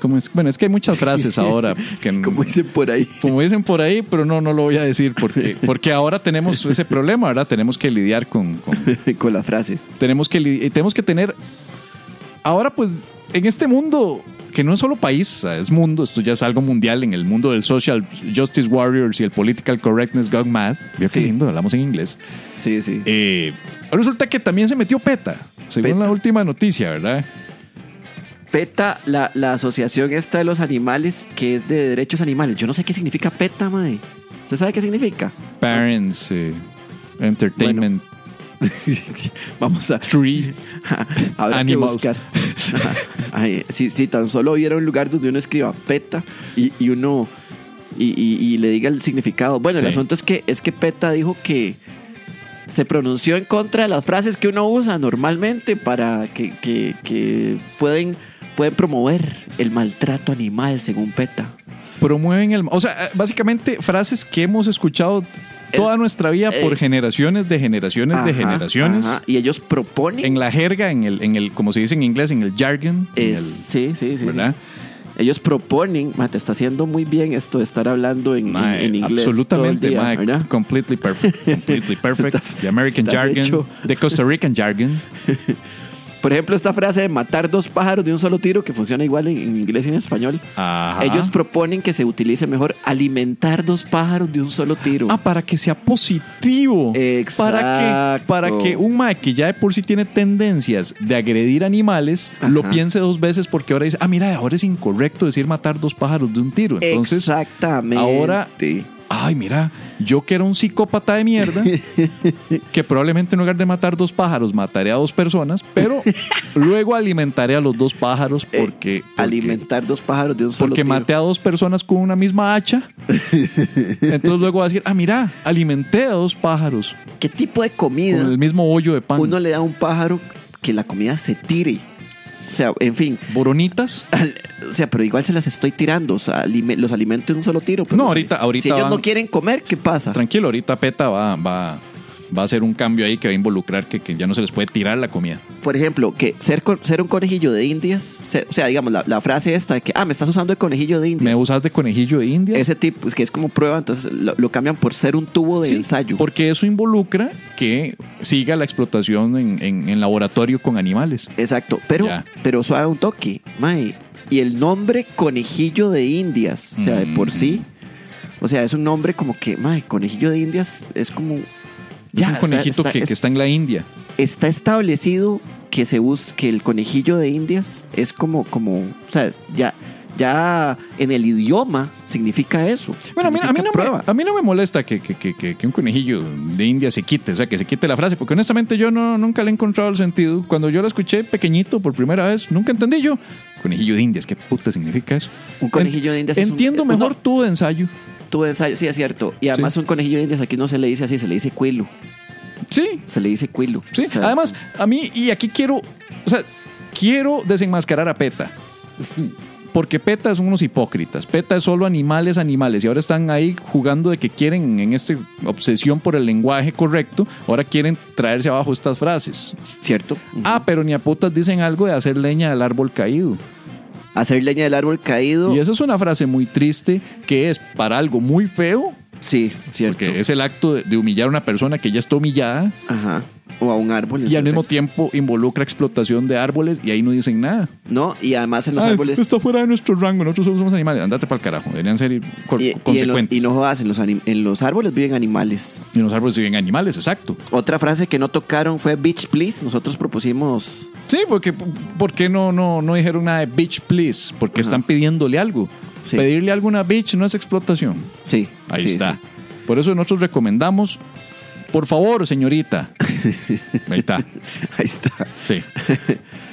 S1: como es, bueno es que hay muchas
S2: [laughs]
S1: frases ahora que
S2: [laughs] Como dicen por ahí.
S1: como dicen por ahí, pero no, no lo voy a decir porque, porque ahora tenemos ese problema, ¿verdad? Tenemos que lidiar con, con,
S2: [laughs] con las frases.
S1: tenemos que li- eh, tenemos que tener ahora pues en este mundo que no es solo país, o sea, es mundo, esto ya es algo mundial en el mundo del social justice warriors y el political correctness gone mad. Vio qué
S2: Sí.
S1: lindo, hablamos en inglés.
S2: Sí, sí.
S1: Eh, resulta que también se metió PETA, según
S2: PETA.
S1: la última noticia, ¿verdad?
S2: PETA, la, la asociación esta de los animales, que es de derechos animales. Yo no sé qué significa PETA, mae. ¿Usted sabe qué significa?
S1: Parents eh, Entertainment
S2: Vamos a.
S1: Tree.
S2: [laughs] Habrá
S1: Animals.
S2: que buscar. Ajá. Ay, si, si tan solo hubiera un lugar donde uno escriba PETA y, y uno. Y, y- y le diga el significado. Bueno, el
S1: Sí.
S2: asunto es que, es que PETA dijo que se pronunció en contra de las frases que uno usa normalmente para que, que- que pueden, pueden promover el maltrato animal, según PETA.
S1: Promueven el... O sea, eh, básicamente frases que hemos escuchado toda
S2: El-
S1: nuestra vida por
S2: eh,
S1: generaciones de generaciones de
S2: Ajá,
S1: generaciones.
S2: ajá. Y ellos proponen.
S1: en la jerga, en el, en el, como se dice en inglés, en el jargon. en
S2: es-
S1: el-
S2: sí, sí, sí, sí.
S1: ¿Verdad?
S2: Ellos proponen, ma, te está haciendo muy bien esto de estar hablando en, en-
S1: Mae,
S2: en inglés.
S1: absolutamente,
S2: todo el día,
S1: mae,
S2: ¿verdad?
S1: completely
S2: [laughs]
S1: perfect, completely perfect.
S2: Estás-
S1: the American
S2: estás
S1: jargon,
S2: hecho.
S1: the Costa Rican jargon.
S2: Por ejemplo, esta frase de matar dos pájaros de un solo tiro, que funciona igual en, en inglés y en español.
S1: Ajá.
S2: Ellos proponen que se utilice mejor alimentar dos pájaros de un solo tiro.
S1: Ah, para que sea positivo. Para que,
S2: Exacto.
S1: para que un mae que ya de por sí tiene tendencias de agredir animales, lo
S2: Ajá.
S1: piense dos veces porque ahora dice, ah, mira, ahora es incorrecto decir matar dos pájaros de un tiro. Entonces,
S2: Exactamente.
S1: ahora- Ay, mira, yo que era un psicópata de
S2: [laughs]
S1: mierda, que probablemente en lugar de matar dos pájaros, mataré a dos personas, pero luego alimentaré a los dos pájaros
S2: Eh,
S1: porque... porque-
S2: alimentar dos pájaros de un solo
S1: porque
S2: tiro.
S1: maté a dos personas con una misma hacha. Entonces luego va a decir, ah, mira, alimenté a dos pájaros
S2: ¿Qué tipo de comida?
S1: con el mismo hoyo de pan.
S2: uno le da a un pájaro que la comida se tire. O sea, en fin.
S1: Boronitas.
S2: al- o sea, pero igual se las estoy tirando. O sea, alime- los alimento en un solo tiro. pero
S1: No,
S2: los-
S1: ahorita- ahorita
S2: Si ellos
S1: van-
S2: no quieren comer, ¿qué pasa?
S1: Tranquilo, ahorita PETA va, va, va a ser un cambio ahí que va a involucrar que, que ya no se les puede tirar la comida.
S2: Por ejemplo, que ser, co- ser un conejillo de indias, se- o sea, digamos, la, la frase esta de que, ah, me estás usando de conejillo de indias.
S1: ¿Me usas de conejillo de indias?
S2: Ese tipo, es que es como prueba, entonces lo, lo cambian por ser un tubo de
S1: Sí,
S2: ensayo.
S1: Porque eso involucra que siga la explotación en, en- en laboratorio con animales.
S2: Exacto, pero,
S1: Ya.
S2: pero suave un toque, mae. Y el nombre conejillo de indias, o sea, de por sí, o sea, es un nombre como que, mae, conejillo de indias es como...
S1: Mm. es un
S2: está-
S1: conejito
S2: está-
S1: que, que
S2: es-
S1: está en la India.
S2: está establecido que se bus- que el conejillo de Indias es como, como, o sea, ya, ya en el idioma significa eso.
S1: Bueno, a mí, a mí
S2: Significa
S1: no, me,
S2: prueba.
S1: a mí no me molesta que, que- que- que- que un conejillo de India se quite, o sea, que se quite la frase, porque honestamente yo no, nunca le he encontrado el sentido. Cuando yo la escuché pequeñito por primera vez, nunca entendí yo. Conejillo de Indias, ¿qué puta significa eso?
S2: Un conejillo de Indias es un- eh,
S1: Entiendo
S2: es un-
S1: mejor tu ensayo.
S2: Tuve ensayo, sí, es cierto. Y además un conejillo de Indias aquí no se le dice así, se le dice cuilo.
S1: Sí,
S2: Se le dice cuilo.
S1: sí.
S2: O sea,
S1: Además, a mí, y aquí quiero, o sea, quiero desenmascarar a PETA. Porque PETA son unos hipócritas. PETA es solo animales, animales. Y ahora están ahí jugando de que quieren, en esta obsesión por el lenguaje correcto, ahora quieren traerse abajo estas frases.
S2: cierto.
S1: Ah, pero ni a putas dicen algo de hacer leña del árbol caído.
S2: Hacer leña del árbol caído.
S1: Y eso es una frase muy triste que es para algo muy feo,
S2: Sí, cierto.
S1: porque es el acto de, de humillar a una persona que ya está humillada
S2: Ajá. O a un árbol.
S1: y al mismo
S2: exacto.
S1: tiempo involucra explotación de árboles y ahí no dicen nada.
S2: No, y además en los
S1: Ay,
S2: árboles.
S1: Ah, Está fuera de nuestro rango, nosotros solo somos animales. Andate para el carajo, deberían ser cor-
S2: Y, y en los,
S1: consecuentes.
S2: y no jodas, en los, anim- en los árboles viven animales.
S1: Y los árboles siguen animales, exacto.
S2: Otra frase que no tocaron fue Beach Please. Nosotros propusimos
S1: Sí, porque ¿por qué no, no, no dijeron nada de bitch, please? Porque están pidiéndole algo.
S2: Sí.
S1: Pedirle algo a una bitch no es explotación.
S2: Sí.
S1: Ahí
S2: sí,
S1: está.
S2: sí.
S1: Por eso nosotros recomendamos, por favor, señorita. Ahí está.
S2: [laughs] Ahí está.
S1: Sí.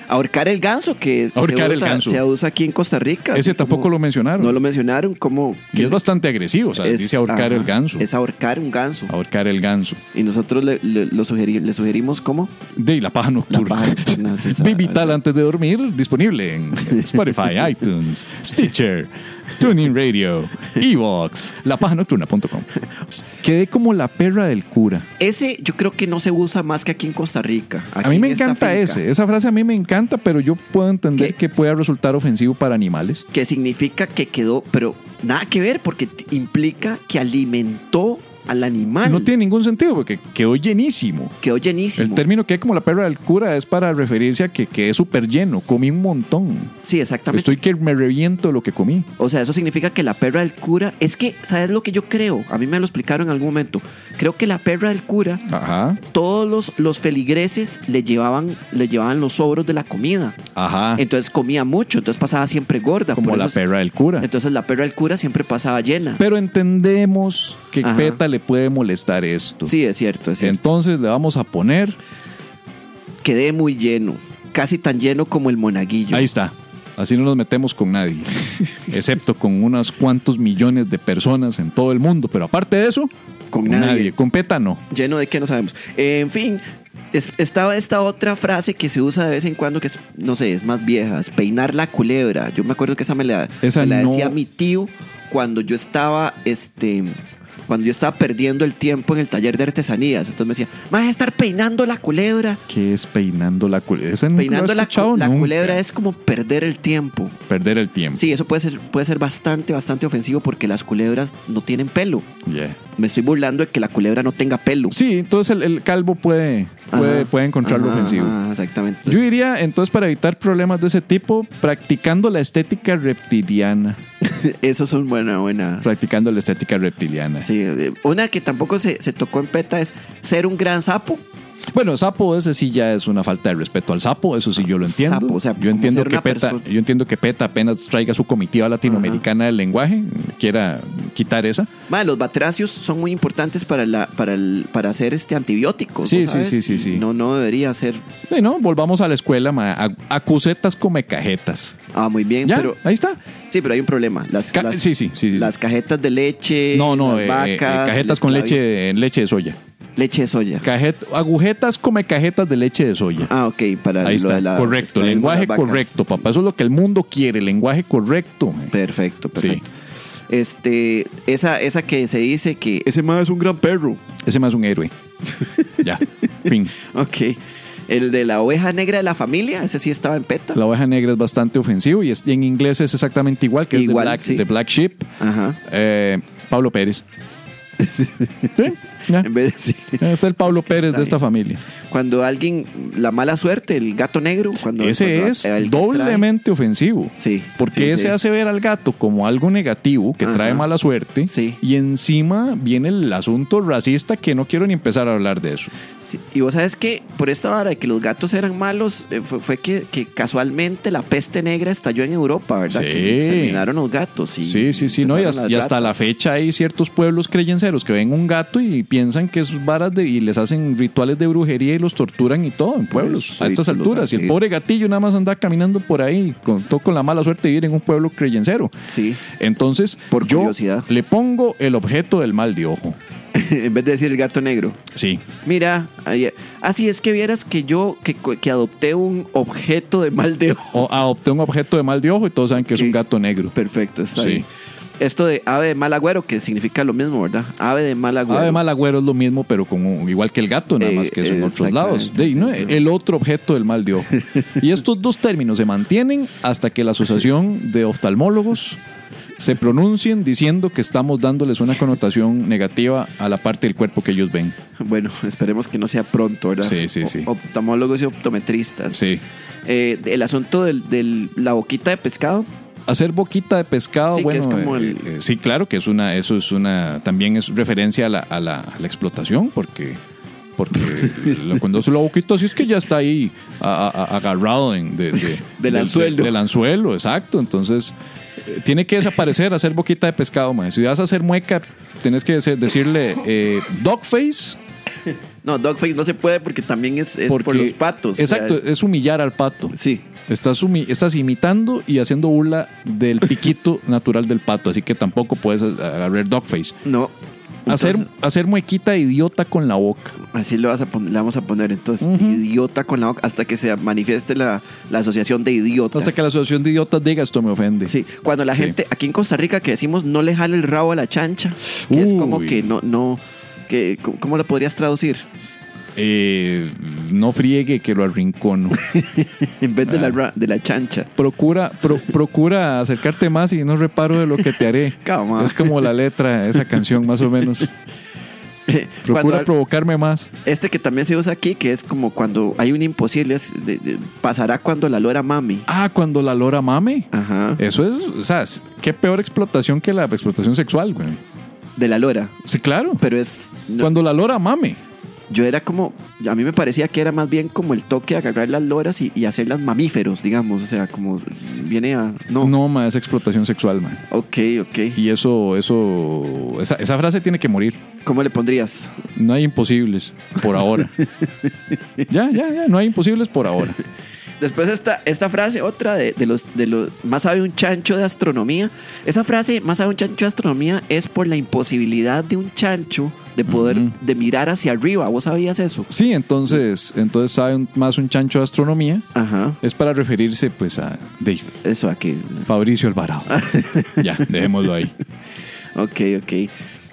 S2: Ahorcar el ganso, que, que
S1: Ahorcar
S2: se,
S1: el
S2: usa,
S1: ganso.
S2: se usa aquí en Costa Rica.
S1: Ese
S2: así como-
S1: tampoco lo mencionaron.
S2: No lo mencionaron como...
S1: Y es bastante agresivo. O sea,
S2: es-
S1: dice ahorcar
S2: ajá,
S1: el ganso. Ah.
S2: Es ahorcar un ganso.
S1: Ahorcar el ganso.
S2: Y nosotros le, le- lo sugeri- le sugerimos cómo.
S1: De la paja
S2: La
S1: nocturna.
S2: paja nocturna,
S1: [laughs]
S2: sí, sabe.
S1: Vivital antes de dormir, disponible en
S2: [laughs]
S1: Spotify, iTunes, Stitcher, Tuning Radio, Evox, lapajanocturna.com. Quedé como la perra del cura.
S2: Ese yo creo que no se usa más que aquí en Costa Rica.
S1: a
S2: Aquí
S1: mí me
S2: en esta
S1: encanta
S2: finca,
S1: ese. Esa frase a mí me encanta, pero yo puedo entender que pueda resultar ofensivo para animales.
S2: Que significa que quedó, pero nada que ver porque t- implica que alimentó al animal.
S1: No tiene ningún sentido porque quedó llenísimo.
S2: Quedó llenísimo.
S1: El término que hay como la perra del cura es para referirse a que quedé súper lleno, comí un montón.
S2: sí, exactamente.
S1: Estoy que me reviento lo que comí.
S2: O sea, eso significa que la perra del cura. Es que, ¿sabes lo que yo creo? A mí me lo explicaron en algún momento. Creo que la perra del cura,
S1: Ajá,
S2: todos los, los feligreses le llevaban, le llevaban los sobros de la comida.
S1: ajá.
S2: Entonces comía mucho, entonces pasaba siempre gorda.
S1: Ah. como
S2: por
S1: la
S2: eso es-
S1: perra del cura.
S2: Entonces la perra del cura siempre pasaba llena.
S1: Pero entendemos que
S2: Ajá.
S1: PETA le puede molestar esto.
S2: sí, es cierto, es cierto.
S1: Entonces le vamos a poner.
S2: Quedé muy lleno. Casi tan lleno como el monaguillo.
S1: Ahí está. Así no nos metemos con
S2: [laughs]
S1: nadie, excepto con unos cuantos millones de personas en todo el mundo. Pero aparte de eso,
S2: Con nadie.
S1: Con PETA no.
S2: Lleno de que no sabemos. En fin, es- estaba esta otra frase que se usa de vez en cuando, que es, no sé, es más vieja, es peinar la culebra. Yo me acuerdo que esa me la,
S1: Esa
S2: me la
S1: no-
S2: decía mi tío cuando yo estaba, este, cuando yo estaba perdiendo el tiempo en el taller de artesanías. Entonces me decía, vas a estar peinando la culebra.
S1: ¿Qué es peinando la culebra?
S2: Peinando la, cu- la culebra es como perder el tiempo.
S1: Perder el tiempo.
S2: Sí, eso puede ser, puede ser bastante, bastante ofensivo porque las culebras no tienen pelo.
S1: Yeah.
S2: Me estoy burlando de que la culebra no tenga pelo.
S1: Sí, entonces el, el calvo puede, puede,
S2: Ajá,
S1: puede encontrarlo
S2: ajá,
S1: ofensivo.
S2: ajá, exactamente.
S1: Yo diría, entonces, para evitar problemas de ese tipo, practicando la estética reptiliana.
S2: Eso es un buena, buena.
S1: Practicando la estética reptiliana.
S2: Sí, eh, una que tampoco se, se tocó en peta es ser un gran sapo.
S1: Bueno, sapo ese sí ya es una falta de respeto al sapo, eso sí yo lo entiendo.
S2: Sapo, o sea,
S1: yo
S2: como
S1: entiendo
S2: ser
S1: que
S2: una
S1: PETA,
S2: persona.
S1: yo entiendo que PETA apenas traiga su comitiva latinoamericana del lenguaje, quiera quitar esa.
S2: Madre, los batracios son muy importantes para, la, para, el- para hacer este antibiótico.
S1: Sí, sí, sí, sí, sí.
S2: No, no debería ser.
S1: Y no, volvamos a la escuela, ma, a- acusetas come cajetas.
S2: Ah, muy bien,
S1: Ya,
S2: pero
S1: ahí está.
S2: sí, pero hay un problema. Las,
S1: Ca-
S2: las-
S1: sí, sí, sí, sí, sí.
S2: Las cajetas de leche.
S1: No, no,
S2: las
S1: eh, eh,
S2: vacas,
S1: cajetas
S2: las
S1: con
S2: clavi-
S1: leche de, leche de soya.
S2: Leche de soya.
S1: Cajet- agujetas come cajetas de leche de soya.
S2: Ah, ok, para
S1: Ahí
S2: lo
S1: está,
S2: de la-
S1: correcto,
S2: esclavismo de
S1: lenguaje
S2: las vacas.
S1: correcto, papá. Eso es lo que el mundo quiere, lenguaje correcto. ma.
S2: Perfecto,
S1: Sí.
S2: perfecto. Este, esa, esa que se dice que ese más es un gran perro. [laughs]
S1: Ese más un héroe. Ya, fin.
S2: Ok. El de la oveja negra de la familia, ese sí estaba en PETA.
S1: La oveja negra es bastante ofensivo y, es- y en inglés es exactamente igual que
S2: Igual,
S1: es de
S2: sí.
S1: Black, The Black Sheep.
S2: Ajá.
S1: Eh, Pablo
S2: [laughs]
S1: Pérez. Sí, ya.
S2: En vez de [laughs] decir-
S1: Es el Pablo Pérez de
S2: bien.
S1: esta familia.
S2: Cuando alguien, la mala suerte, el gato negro, cuando
S1: ese
S2: cuando
S1: es
S2: el que
S1: doblemente ofensivo.
S2: trae- sí.
S1: Porque
S2: sí,
S1: ese
S2: sí.
S1: hace ver al gato como algo negativo, que
S2: Ajá.
S1: trae mala suerte.
S2: Sí.
S1: Y encima viene el asunto racista que no quiero ni empezar a hablar de eso.
S2: Sí, Y vos sabes que por esta vara de que los gatos eran malos, eh, fue, fue que, que casualmente la peste negra estalló en Europa, ¿verdad?
S1: Sí.
S2: Que exterminaron los gatos. Y
S1: Sí, sí, sí, no, y,
S2: empezaron
S1: hasta-
S2: las
S1: y hasta la
S2: ratas.
S1: fecha hay ciertos pueblos creyenceros que ven un gato y piensan que es varas de, y les hacen rituales de brujería y los torturan y todo en pueblos
S2: Pobrecito,
S1: a estas alturas. Y el
S2: Pues, sí.
S1: pobre gatillo nada más anda caminando por ahí, con, todo con la mala suerte de vivir en un pueblo creyencero.
S2: Sí. [laughs]
S1: Entonces,
S2: Por
S1: yo
S2: curiosidad.
S1: le pongo el objeto del mal de ojo.
S2: en vez de decir el gato negro.
S1: Sí.
S2: Mira, ahí- así es que vieras que yo que, que adopté un objeto de mal de ojo.
S1: O adopté un objeto de mal de ojo y todos saben que es
S2: Sí.
S1: un gato negro.
S2: Perfecto, está
S1: Sí.
S2: bien. Esto de ave de mal agüero, que significa lo mismo, ¿verdad? Ave de mal agüero.
S1: Además, de mal agüero es lo mismo, pero con un- igual que el gato, nada
S2: Eh,
S1: más que es en otros
S2: exactamente,
S1: lados. De ahí, ¿no?
S2: sí, sí.
S1: El otro objeto del mal de
S2: [laughs]
S1: ojo. Y estos dos términos se mantienen hasta que la Asociación de Oftalmólogos se pronuncien diciendo que estamos dándoles una connotación negativa a la parte del cuerpo que ellos ven.
S2: [laughs] Bueno, esperemos que no sea pronto, ¿verdad?
S1: Sí, sí,
S2: O-
S1: sí.
S2: Oftalmólogos y optometristas.
S1: Sí.
S2: Eh, el asunto de la boquita de pescado.
S1: Hacer boquita de pescado,
S2: Sí, que
S1: bueno,
S2: es como
S1: eh,
S2: el-
S1: eh, sí, claro que es una, eso es una, también es referencia a la, a la, a la explotación, porque,
S2: [laughs]
S1: porque lo- cuando hace la boquita, sí es que ya está ahí a- a- a- agarrado en- de- de-
S2: [laughs] Del anzuelo.
S1: del anzuelo, exacto. Entonces, eh, tiene que desaparecer hacer boquita de pescado, mae. Si vas a hacer mueca, tienes que dece- decirle eh, dog face,
S2: No, dogface no se puede porque también es, es por los patos. o sea,
S1: Exacto,
S2: es-
S1: es humillar al pato.
S2: sí.
S1: Estás, humi- estás imitando y haciendo burla del piquito [laughs] natural del pato, así que tampoco puedes agarrar dogface.
S2: No.
S1: Hacer,
S2: Entonces,
S1: hacer muequita idiota con la boca.
S2: Así lo vas a pon- le vamos a poner entonces
S1: Ujú.
S2: idiota con la boca hasta que se manifieste la, la asociación de idiotas.
S1: Hasta que la asociación de idiotas diga esto me ofende.
S2: Sí, cuando la
S1: Sí.
S2: gente aquí en Costa Rica que decimos no le jale el rabo a la chancha, que es como
S1: Uy.
S2: que no, no, que, ¿cómo- ¿cómo lo podrías traducir? [laughs]
S1: Eh, no friegue que lo
S2: [laughs]
S1: arrincono.
S2: En vez de, la,
S1: Ah.
S2: ra- de la chancha.
S1: Procura, pro- procura acercarte más y no reparo de lo que te
S2: [laughs]
S1: haré.
S2: Come
S1: [laughs]
S2: on.
S1: Es como la letra de esa canción, más o
S2: [laughs]
S1: menos.
S2: Cuando
S1: Procura
S2: al-
S1: provocarme más.
S2: este que también se usa aquí, que es como cuando hay un imposible, es de- de- pasará cuando la lora mami.
S1: Ah, cuando la lora mame.
S2: Ajá.
S1: Eso es, o sea, es- qué peor explotación que la explotación sexual, güey.
S2: De la lora.
S1: Sí, claro.
S2: Pero es. no,
S1: Cuando la lora mame.
S2: Yo era como. A mí me parecía que era más bien como el toque de agarrar las loras y, y hacerlas mamíferos, digamos. O sea, como viene a. No.
S1: No, ma, es explotación sexual, ma.
S2: Ok, ok.
S1: Y eso, eso, esa, esa frase tiene que morir.
S2: ¿Cómo le pondrías?
S1: No hay imposibles por
S2: [laughs]
S1: ahora. ya, ya, ya, no hay imposibles por ahora.
S2: Después esta, esta frase, otra de, de los, de los... Más sabe un chancho de astronomía. Esa frase, más sabe un chancho de astronomía, es por la imposibilidad de un chancho de poder...
S1: Ujú.
S2: De mirar hacia arriba. ¿Vos sabías eso?
S1: Sí, entonces, entonces sabe un- más un chancho de astronomía.
S2: Ajá.
S1: Es para referirse, pues, a de
S2: Eso aquí.
S1: Fabricio
S2: [laughs]
S1: Alvarado. ya, dejémoslo ahí.
S2: Ok, ok.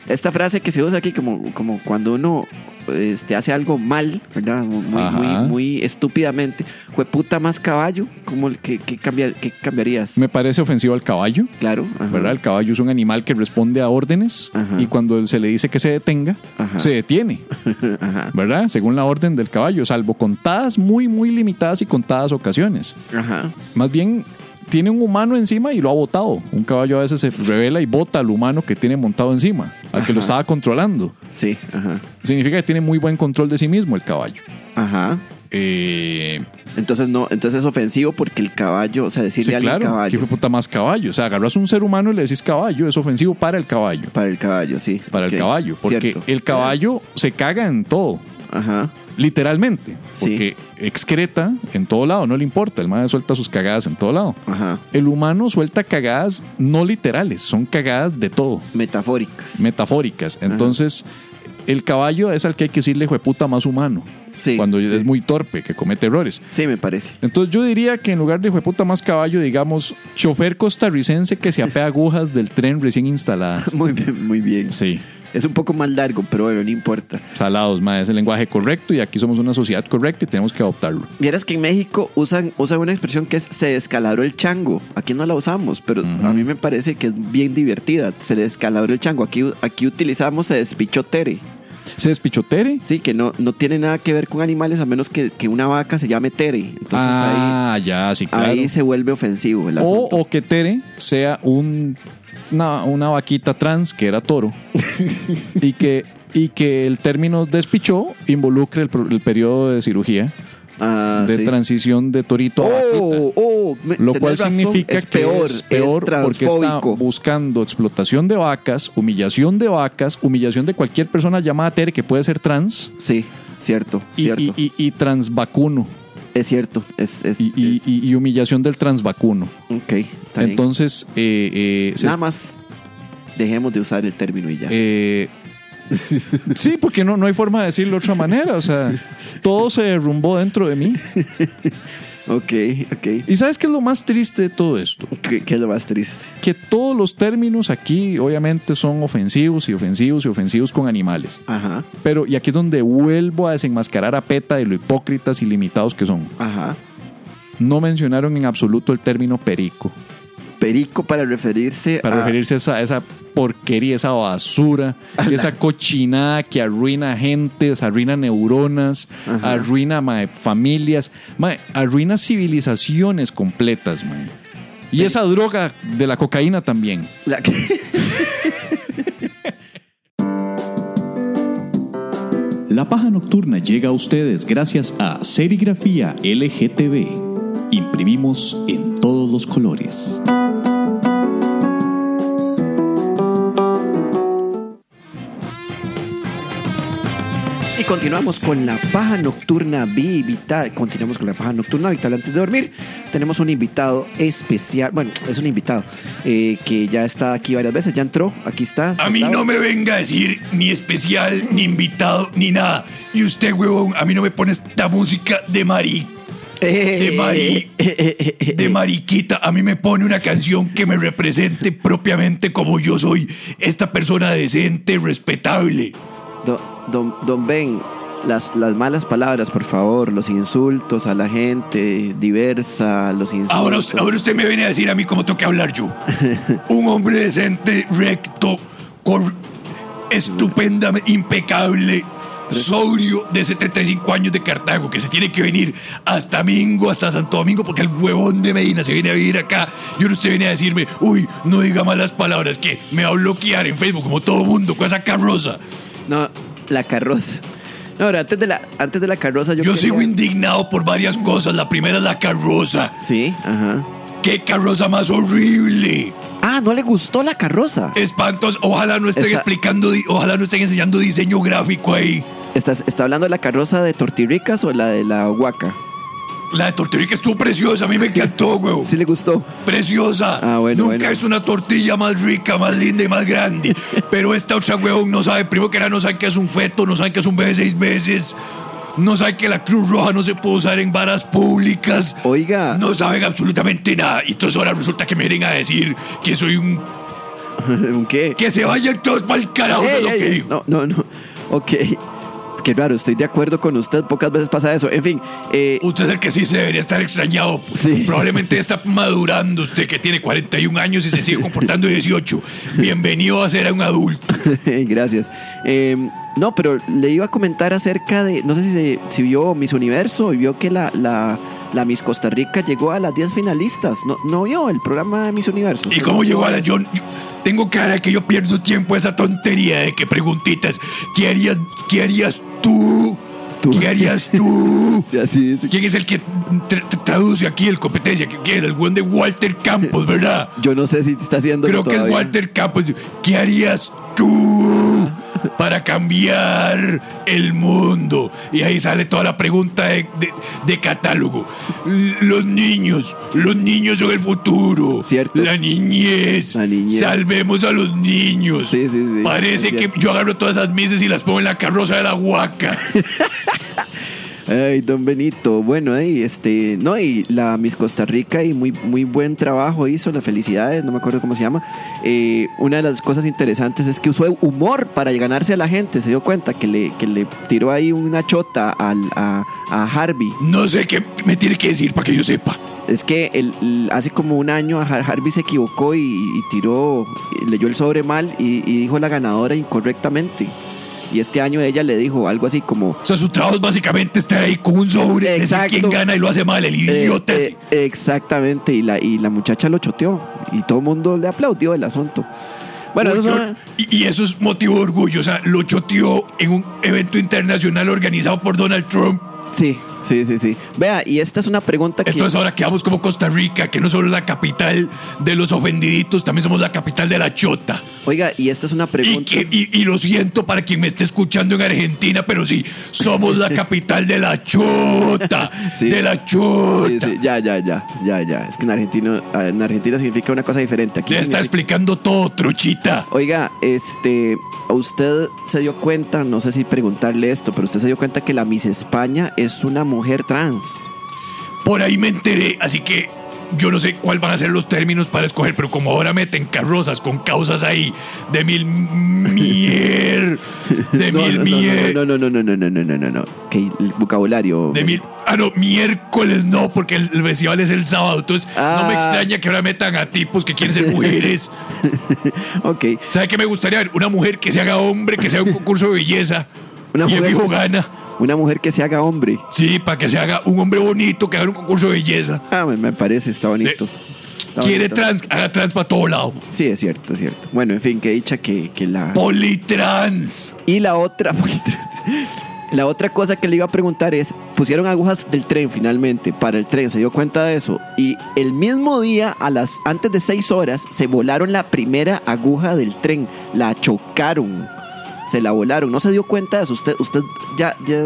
S2: Esta frase que se usa aquí como, como cuando uno este, hace algo mal, ¿verdad? Muy, muy,
S1: Ajá.
S2: muy estúpidamente. Jueputa más caballo, como el que, que cambiar, que cambiarías.
S1: Me parece ofensivo al caballo.
S2: Claro. ajá.
S1: ¿verdad? El caballo es un animal que responde a órdenes
S2: Ajá.
S1: y cuando se le dice que se detenga,
S2: Ajá.
S1: se detiene,
S2: [laughs] Ajá.
S1: ¿verdad? Según la orden del caballo, salvo contadas muy, muy limitadas y contadas ocasiones.
S2: Ajá.
S1: Más bien, tiene un humano encima y lo ha botado. Un caballo a veces se revela y bota al humano que tiene montado encima, al que lo
S2: Ajá.
S1: estaba controlando.
S2: Sí, ajá.
S1: Significa que tiene muy buen control de sí mismo el caballo.
S2: Ajá.
S1: Eh,
S2: Entonces no, entonces es ofensivo porque el caballo, o sea, decirle
S1: sí,
S2: a alguien
S1: claro, que
S2: caballo
S1: fue puta más caballo. O sea, agarras un ser humano y le decís caballo, es ofensivo para el caballo.
S2: para el caballo, sí.
S1: Para
S2: Ok,
S1: el caballo, porque
S2: cierto.
S1: el caballo se caga en todo.
S2: Ajá.
S1: Literalmente.
S2: Sí.
S1: Porque excreta en todo lado, no le importa. El man suelta sus cagadas en todo lado.
S2: Ajá.
S1: El humano suelta cagadas no literales, son cagadas de todo,
S2: Metafóricas.
S1: metafóricas. Entonces, el caballo es al que hay que decirle jueputa más humano.
S2: Sí,
S1: cuando
S2: sí.
S1: es muy torpe, que comete errores.
S2: Sí, me parece. [laughs]
S1: Entonces yo diría que en lugar de jueputa más caballo, digamos,
S2: [laughs]
S1: chofer costarricense que se apea agujas del tren recién instaladas.
S2: Muy bien, muy bien.
S1: Sí.
S2: Es un poco más largo, pero bueno, no importa.
S1: Salados, mae, es el lenguaje correcto y aquí somos una sociedad correcta y tenemos que adoptarlo.
S2: Vieras que en México usan, usan una expresión que es se descalabró el chango. Aquí no la usamos, pero a mí me parece que es bien divertida. Se descalabró el chango. Aquí, aquí utilizamos se despichó Tere.
S1: ¿Se despichotere?
S2: Sí, que no, no tiene nada que ver con animales a menos que, que una vaca se llame Tere. Entonces
S1: ah, ya, sí,
S2: ahí, ahí
S1: claro.
S2: se vuelve ofensivo el
S1: O,
S2: asunto.
S1: o que Tere sea un, una, una vaquita trans que era
S2: [laughs]
S1: toro y, que, y que el término despichó involucre el, pro- el periodo de cirugía
S2: Ah,
S1: de
S2: sí.
S1: transición de torito a vaquita.
S2: Oh, oh, me-
S1: Lo
S2: tenés
S1: cual
S2: razón,
S1: significa
S2: es
S1: que
S2: peor,
S1: es peor
S2: es
S1: porque está
S2: transfóbico.
S1: buscando explotación de vacas, humillación de vacas, humillación de cualquier persona llamada Tere que puede ser trans
S2: Sí, cierto,
S1: y,
S2: cierto.
S1: y, y- y transvacuno
S2: es cierto, es... es-
S1: y, y- y- y humillación del transvacuno.
S2: ok, está bien.
S1: Entonces, eh, eh, se
S2: Nada más dejemos de usar el término y ya.
S1: Eh, [laughs] sí, porque no, no hay forma de decirlo de otra manera. O sea, todo se derrumbó dentro de mí.
S2: ok, ok.
S1: ¿Y sabes qué es lo más triste de todo esto?
S2: ¿Qué, qué es lo más triste?
S1: Que todos los términos aquí, obviamente, son ofensivos y ofensivos y ofensivos con animales.
S2: Ajá,
S1: Pero, y aquí es donde vuelvo a desenmascarar a PETA de lo hipócritas y limitados que son.
S2: ajá.
S1: No mencionaron en absoluto el término perico.
S2: Perico para referirse
S1: Para
S2: a...
S1: referirse a esa, a esa porquería, esa basura, esa cochinada que arruina gentes, arruina neuronas,
S2: Ajá.
S1: arruina mae, familias, mae, arruina civilizaciones completas. mae. Y esa droga de la cocaína también.
S2: la-
S1: La paja nocturna llega a ustedes gracias a Serigrafía LGTB. Imprimimos en todos los colores.
S2: Y continuamos con la paja nocturna vi- vital. Continuamos con la paja nocturna vital antes de dormir. Tenemos un invitado especial. Bueno, es un invitado eh, que ya está aquí varias veces. Ya entró. Aquí está.
S4: A mí
S2: sentado.
S4: no me venga a decir ni especial, ni invitado, ni nada. Y usted, huevón, a mí no me pone esta música de Mari,
S2: Eh,
S4: de
S2: [laughs]
S4: Mari-
S2: eh, eh, eh, eh,
S4: de mariquita. A mí me pone una canción que me represente propiamente como yo soy. Esta persona decente, respetable.
S2: Don, don, don Ben, las, las malas palabras, por favor, los insultos a la gente diversa, los insultos.
S4: Ahora, usted- ahora usted me viene a decir a mí cómo tengo que
S2: [laughs]
S4: hablar yo. Un hombre decente, recto, cor- estupenda, impecable, sobrio, de 75 años de Cartago, que se tiene que venir hasta Mingo, hasta Santo Domingo, porque el huevón de Medina se viene a vivir acá. Y ahora usted viene a decirme, uy, no diga malas palabras, que me va a bloquear en Facebook, como todo mundo, con esa carroza.
S2: No, la carroza. No, ahora, antes de la, antes de la carroza, yo.
S4: Yo
S2: quería-
S4: sigo indignado por varias cosas. La primera es la carroza.
S2: Sí, ajá.
S4: ¡Qué carroza más horrible!
S2: Ah, no le gustó la carroza.
S4: Espantos, ojalá no estén
S2: Está-
S4: explicando, di- ojalá no estén enseñando diseño gráfico ahí.
S2: ¿Estás, ¿Está hablando de la carroza de Tortiricas o la de la Huaca?
S4: La de tortilla que estuvo preciosa, a mí me encantó, güey.
S2: Sí le gustó.
S4: Preciosa.
S2: Ah, bueno,
S4: Nunca
S2: bueno.
S4: es una tortilla más rica, más linda y más grande.
S2: [laughs]
S4: Pero esta otra huevón no sabe, primero que era, no sabe que es un feto, no sabe que es un bebé de seis meses. No sabe que la Cruz Roja no se puede usar en varas públicas.
S2: Oiga.
S4: No saben absolutamente nada. Y entonces ahora resulta que me vienen a decir que soy un.
S2: [laughs] ¿Un qué?
S4: Que se vayan todos para el carajo de
S2: Ey,
S4: lo
S2: ey,
S4: que
S2: ey.
S4: digo.
S2: No, no, no. Ok. Qué raro, estoy de acuerdo con usted. Pocas veces pasa eso. En fin, eh,
S4: Usted es el que sí se debería estar extrañado.
S2: Sí.
S4: Probablemente está madurando usted que tiene 41 años y se sigue comportando de 18. Bienvenido a ser un adulto.
S2: [laughs] Gracias. Eh, no, pero le iba a comentar acerca de, no sé si, se- si vio Miss Universo y vio que la, la, la Miss Costa Rica llegó a las 10 finalistas. No, no vio el programa de Miss Universo.
S4: ¿Y cómo llegó a la John? Yo- Tengo cara de que yo pierdo tiempo a esa tontería de que preguntitas. ¿Qué harías, qué harías tú?
S2: Tú.
S4: ¿Qué harías tú?
S2: Sí, así es.
S4: ¿Quién es el que tra- tra- traduce aquí el competencia? ¿Quién es? El buen de Walter Campos, ¿verdad?
S2: Yo no sé si está haciendo
S4: Creo que es Walter Campos. ¿Qué harías tú para cambiar el mundo? Y ahí sale toda la pregunta de, de- de catálogo. L- Los niños, los niños son el futuro.
S2: Cierto.
S4: La niñez.
S2: La niñez.
S4: Salvemos a los niños.
S2: Sí, sí, sí. Es
S4: Parece que
S2: cierto.
S4: yo agarro todas esas misas y las pongo en la carroza de la huaca.
S2: Ay, don Benito. Bueno, ahí, este, no, y la Miss Costa Rica y muy, muy buen trabajo hizo, las felicidades, no me acuerdo cómo se llama. Eh, una de las cosas interesantes es que usó humor para ganarse a la gente, se dio cuenta que le, que le tiró ahí una chota al, a, a Harvey.
S4: No sé qué me tiene que decir para que yo sepa.
S2: Es que el- el- hace como un año Har- Harvey se equivocó y, y tiró, y leyó el sobre mal y, y dijo la ganadora incorrectamente. Y este año ella le dijo algo así como...
S4: O sea, su trabajo es básicamente estar ahí con un sobre, decir
S2: Exacto.
S4: quién gana y lo hace mal, el idiota.
S2: Eh, eh, exactamente, y la, y la muchacha lo choteó y todo el mundo le aplaudió el asunto. Bueno,
S4: Uy,
S2: eso
S4: yo-
S2: es una-
S4: y, y eso es motivo de orgullo. O sea, lo choteó en un evento internacional organizado por Donald Trump.
S2: Sí, sí, sí, sí. Vea, y esta es una pregunta que...
S4: Entonces ahora quedamos como Costa Rica, que no solo es la capital de los ofendiditos, también somos la capital de la chota.
S2: Oiga, y esta es una
S4: Y,
S2: pregunta...
S4: que- y- y lo siento para quien me esté escuchando en Argentina, pero sí,
S2: [laughs]
S4: somos la capital de la chota.
S2: Sí.
S4: De la chota.
S2: Sí, sí, ya, ya, ya, ya, ya. Es que en, argentino, en Argentina significa una cosa diferente. Aquí
S4: Le
S2: significa-
S4: está explicando todo, truchita.
S2: Oiga, este, ¿a usted se dio cuenta, no sé si preguntarle esto, pero usted se dio cuenta que la Miss España es una mujer trans.
S4: Por ahí me enteré, así que yo no sé cuál van a ser los términos para escoger, pero como ahora meten carrozas con causas ahí de mil mier,
S2: [laughs]
S4: de
S2: no,
S4: mil
S2: no,
S4: mier,
S2: no, no, no, no, no, no, no, no, no, no. Que el vocabulario.
S4: de mil, ah no, miércoles no, porque el, el festival es el sábado, entonces no
S2: Ah.
S4: me extraña que ahora metan a tipos que quieren ser
S2: [laughs]
S4: mujeres.
S2: Ok.
S4: ¿Sabe qué me gustaría ver? Una mujer que se haga hombre, que sea un concurso de belleza.
S2: Una
S4: y el
S2: mujer-
S4: fijo gana.
S2: Una mujer que se haga hombre.
S4: Sí, para que se haga un hombre bonito, que haga un concurso de belleza.
S2: Ah, me, me parece, está bonito. Está
S4: Quiere
S2: bonito.
S4: trans, haga trans para todo lado.
S2: Sí, es cierto, es cierto. Bueno, en fin, que dicha que, que la.
S4: Politrans.
S2: Y la otra. [laughs] La otra cosa que le iba a preguntar es, pusieron agujas del tren finalmente para el tren, se dio cuenta de eso. Y el mismo día, a las, antes de seis horas, se volaron la primera aguja del tren, la chocaron, se la volaron, no se dio cuenta de eso. Usted, usted ya, ya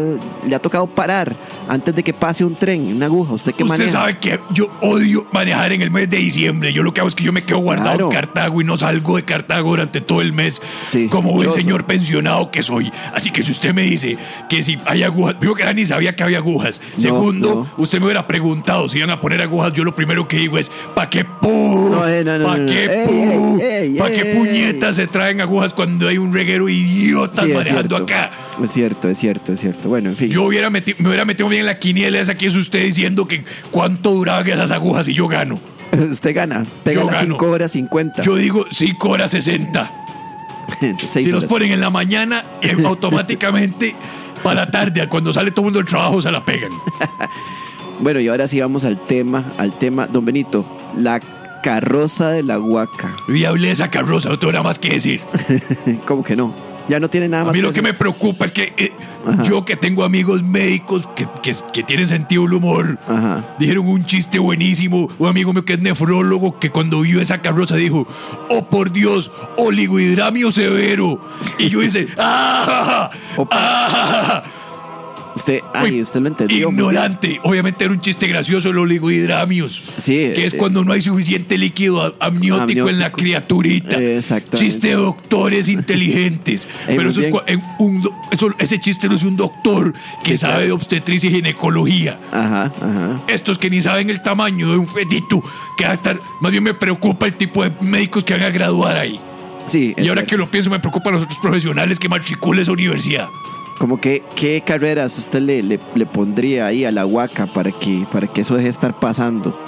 S2: le ha tocado parar antes de que pase un tren, una aguja, usted que
S4: Usted
S2: maneja.
S4: sabe que yo odio manejar en el mes de diciembre. Yo lo que hago es que yo me quedo guardado
S2: claro.
S4: en Cartago y no salgo de Cartago durante todo el mes
S2: Sí,
S4: como buen
S2: yo sé.
S4: señor pensionado que soy. Así que si usted me dice que si hay agujas, primero que nada ni sabía que había agujas.
S2: No,
S4: Segundo,
S2: no.
S4: usted me hubiera preguntado si iban a poner agujas. Yo lo primero que digo es, ¿pa' qué pu?
S2: No, eh, no, no,
S4: ¿Pa'
S2: no, no.
S4: qué
S2: Ey,
S4: pu?
S2: ey, ey,
S4: ¿Pa' qué
S2: ey.
S4: puñetas se traen agujas cuando hay un reguero idiota
S2: Sí, es
S4: manejando
S2: cierto.
S4: acá?
S2: Es cierto, es cierto, es cierto. Bueno, en fin.
S4: Yo hubiera meti- me hubiera metido bien en la quiniela esa que es usted diciendo que cuánto duraban esas agujas y yo gano.
S2: [laughs] Usted gana, pega
S4: Yo
S2: las
S4: gano.
S2: 5 horas 50.
S4: Yo digo 5 horas 60.
S2: [laughs] Seis
S4: Si los
S2: horas.
S4: ponen en la mañana, eh, automáticamente para la tarde, cuando sale todo el mundo del trabajo, se la pegan.
S2: Bueno, y ahora sí vamos al tema, al tema, don Benito, la carroza de la huaca. [laughs]
S4: Y hablé de esa carroza, no tengo nada más que decir.
S2: ¿Cómo que no? Ya no tiene nada
S4: A
S2: más.
S4: mí lo que
S2: decir.
S4: me preocupa es que eh,
S2: Ajá.
S4: yo que tengo amigos médicos que, que- que tienen sentido del humor,
S2: Ajá.
S4: dijeron un chiste buenísimo. Un amigo mío que es nefrólogo que cuando vio esa carroza dijo, oh por Dios, oligohidramio severo. Y yo hice, [laughs] ¡ah!
S2: Opa.
S4: ¡ah!
S2: Usted, ay,
S4: Uy,
S2: usted lo entendió. muy bien.
S4: Ignorante. Obviamente era un chiste gracioso el oligohidramios.
S2: Sí,
S4: Que es
S2: eh,
S4: cuando no hay suficiente líquido a- amniótico,
S2: amniótico.
S4: en la criaturita.
S2: Eh, exactamente.
S4: Chiste de doctores inteligentes.
S2: [laughs] Eh,
S4: Pero
S2: muy
S4: eso es
S2: bien.
S4: cua- en un do- eso- ese chiste lo es un doctor que
S2: Sí,
S4: sabe
S2: claro.
S4: de obstetricia y ginecología.
S2: Ajá, ajá.
S4: Estos que ni saben el tamaño de un fetito que va a estar. Más bien me preocupa el tipo de médicos que van a graduar ahí.
S2: Sí.
S4: y ahora que lo pienso, me preocupan los otros profesionales que matriculen esa universidad.
S2: Como que, ¿qué carreras usted le, le, le pondría ahí a la huaca para que, para que eso deje de estar pasando?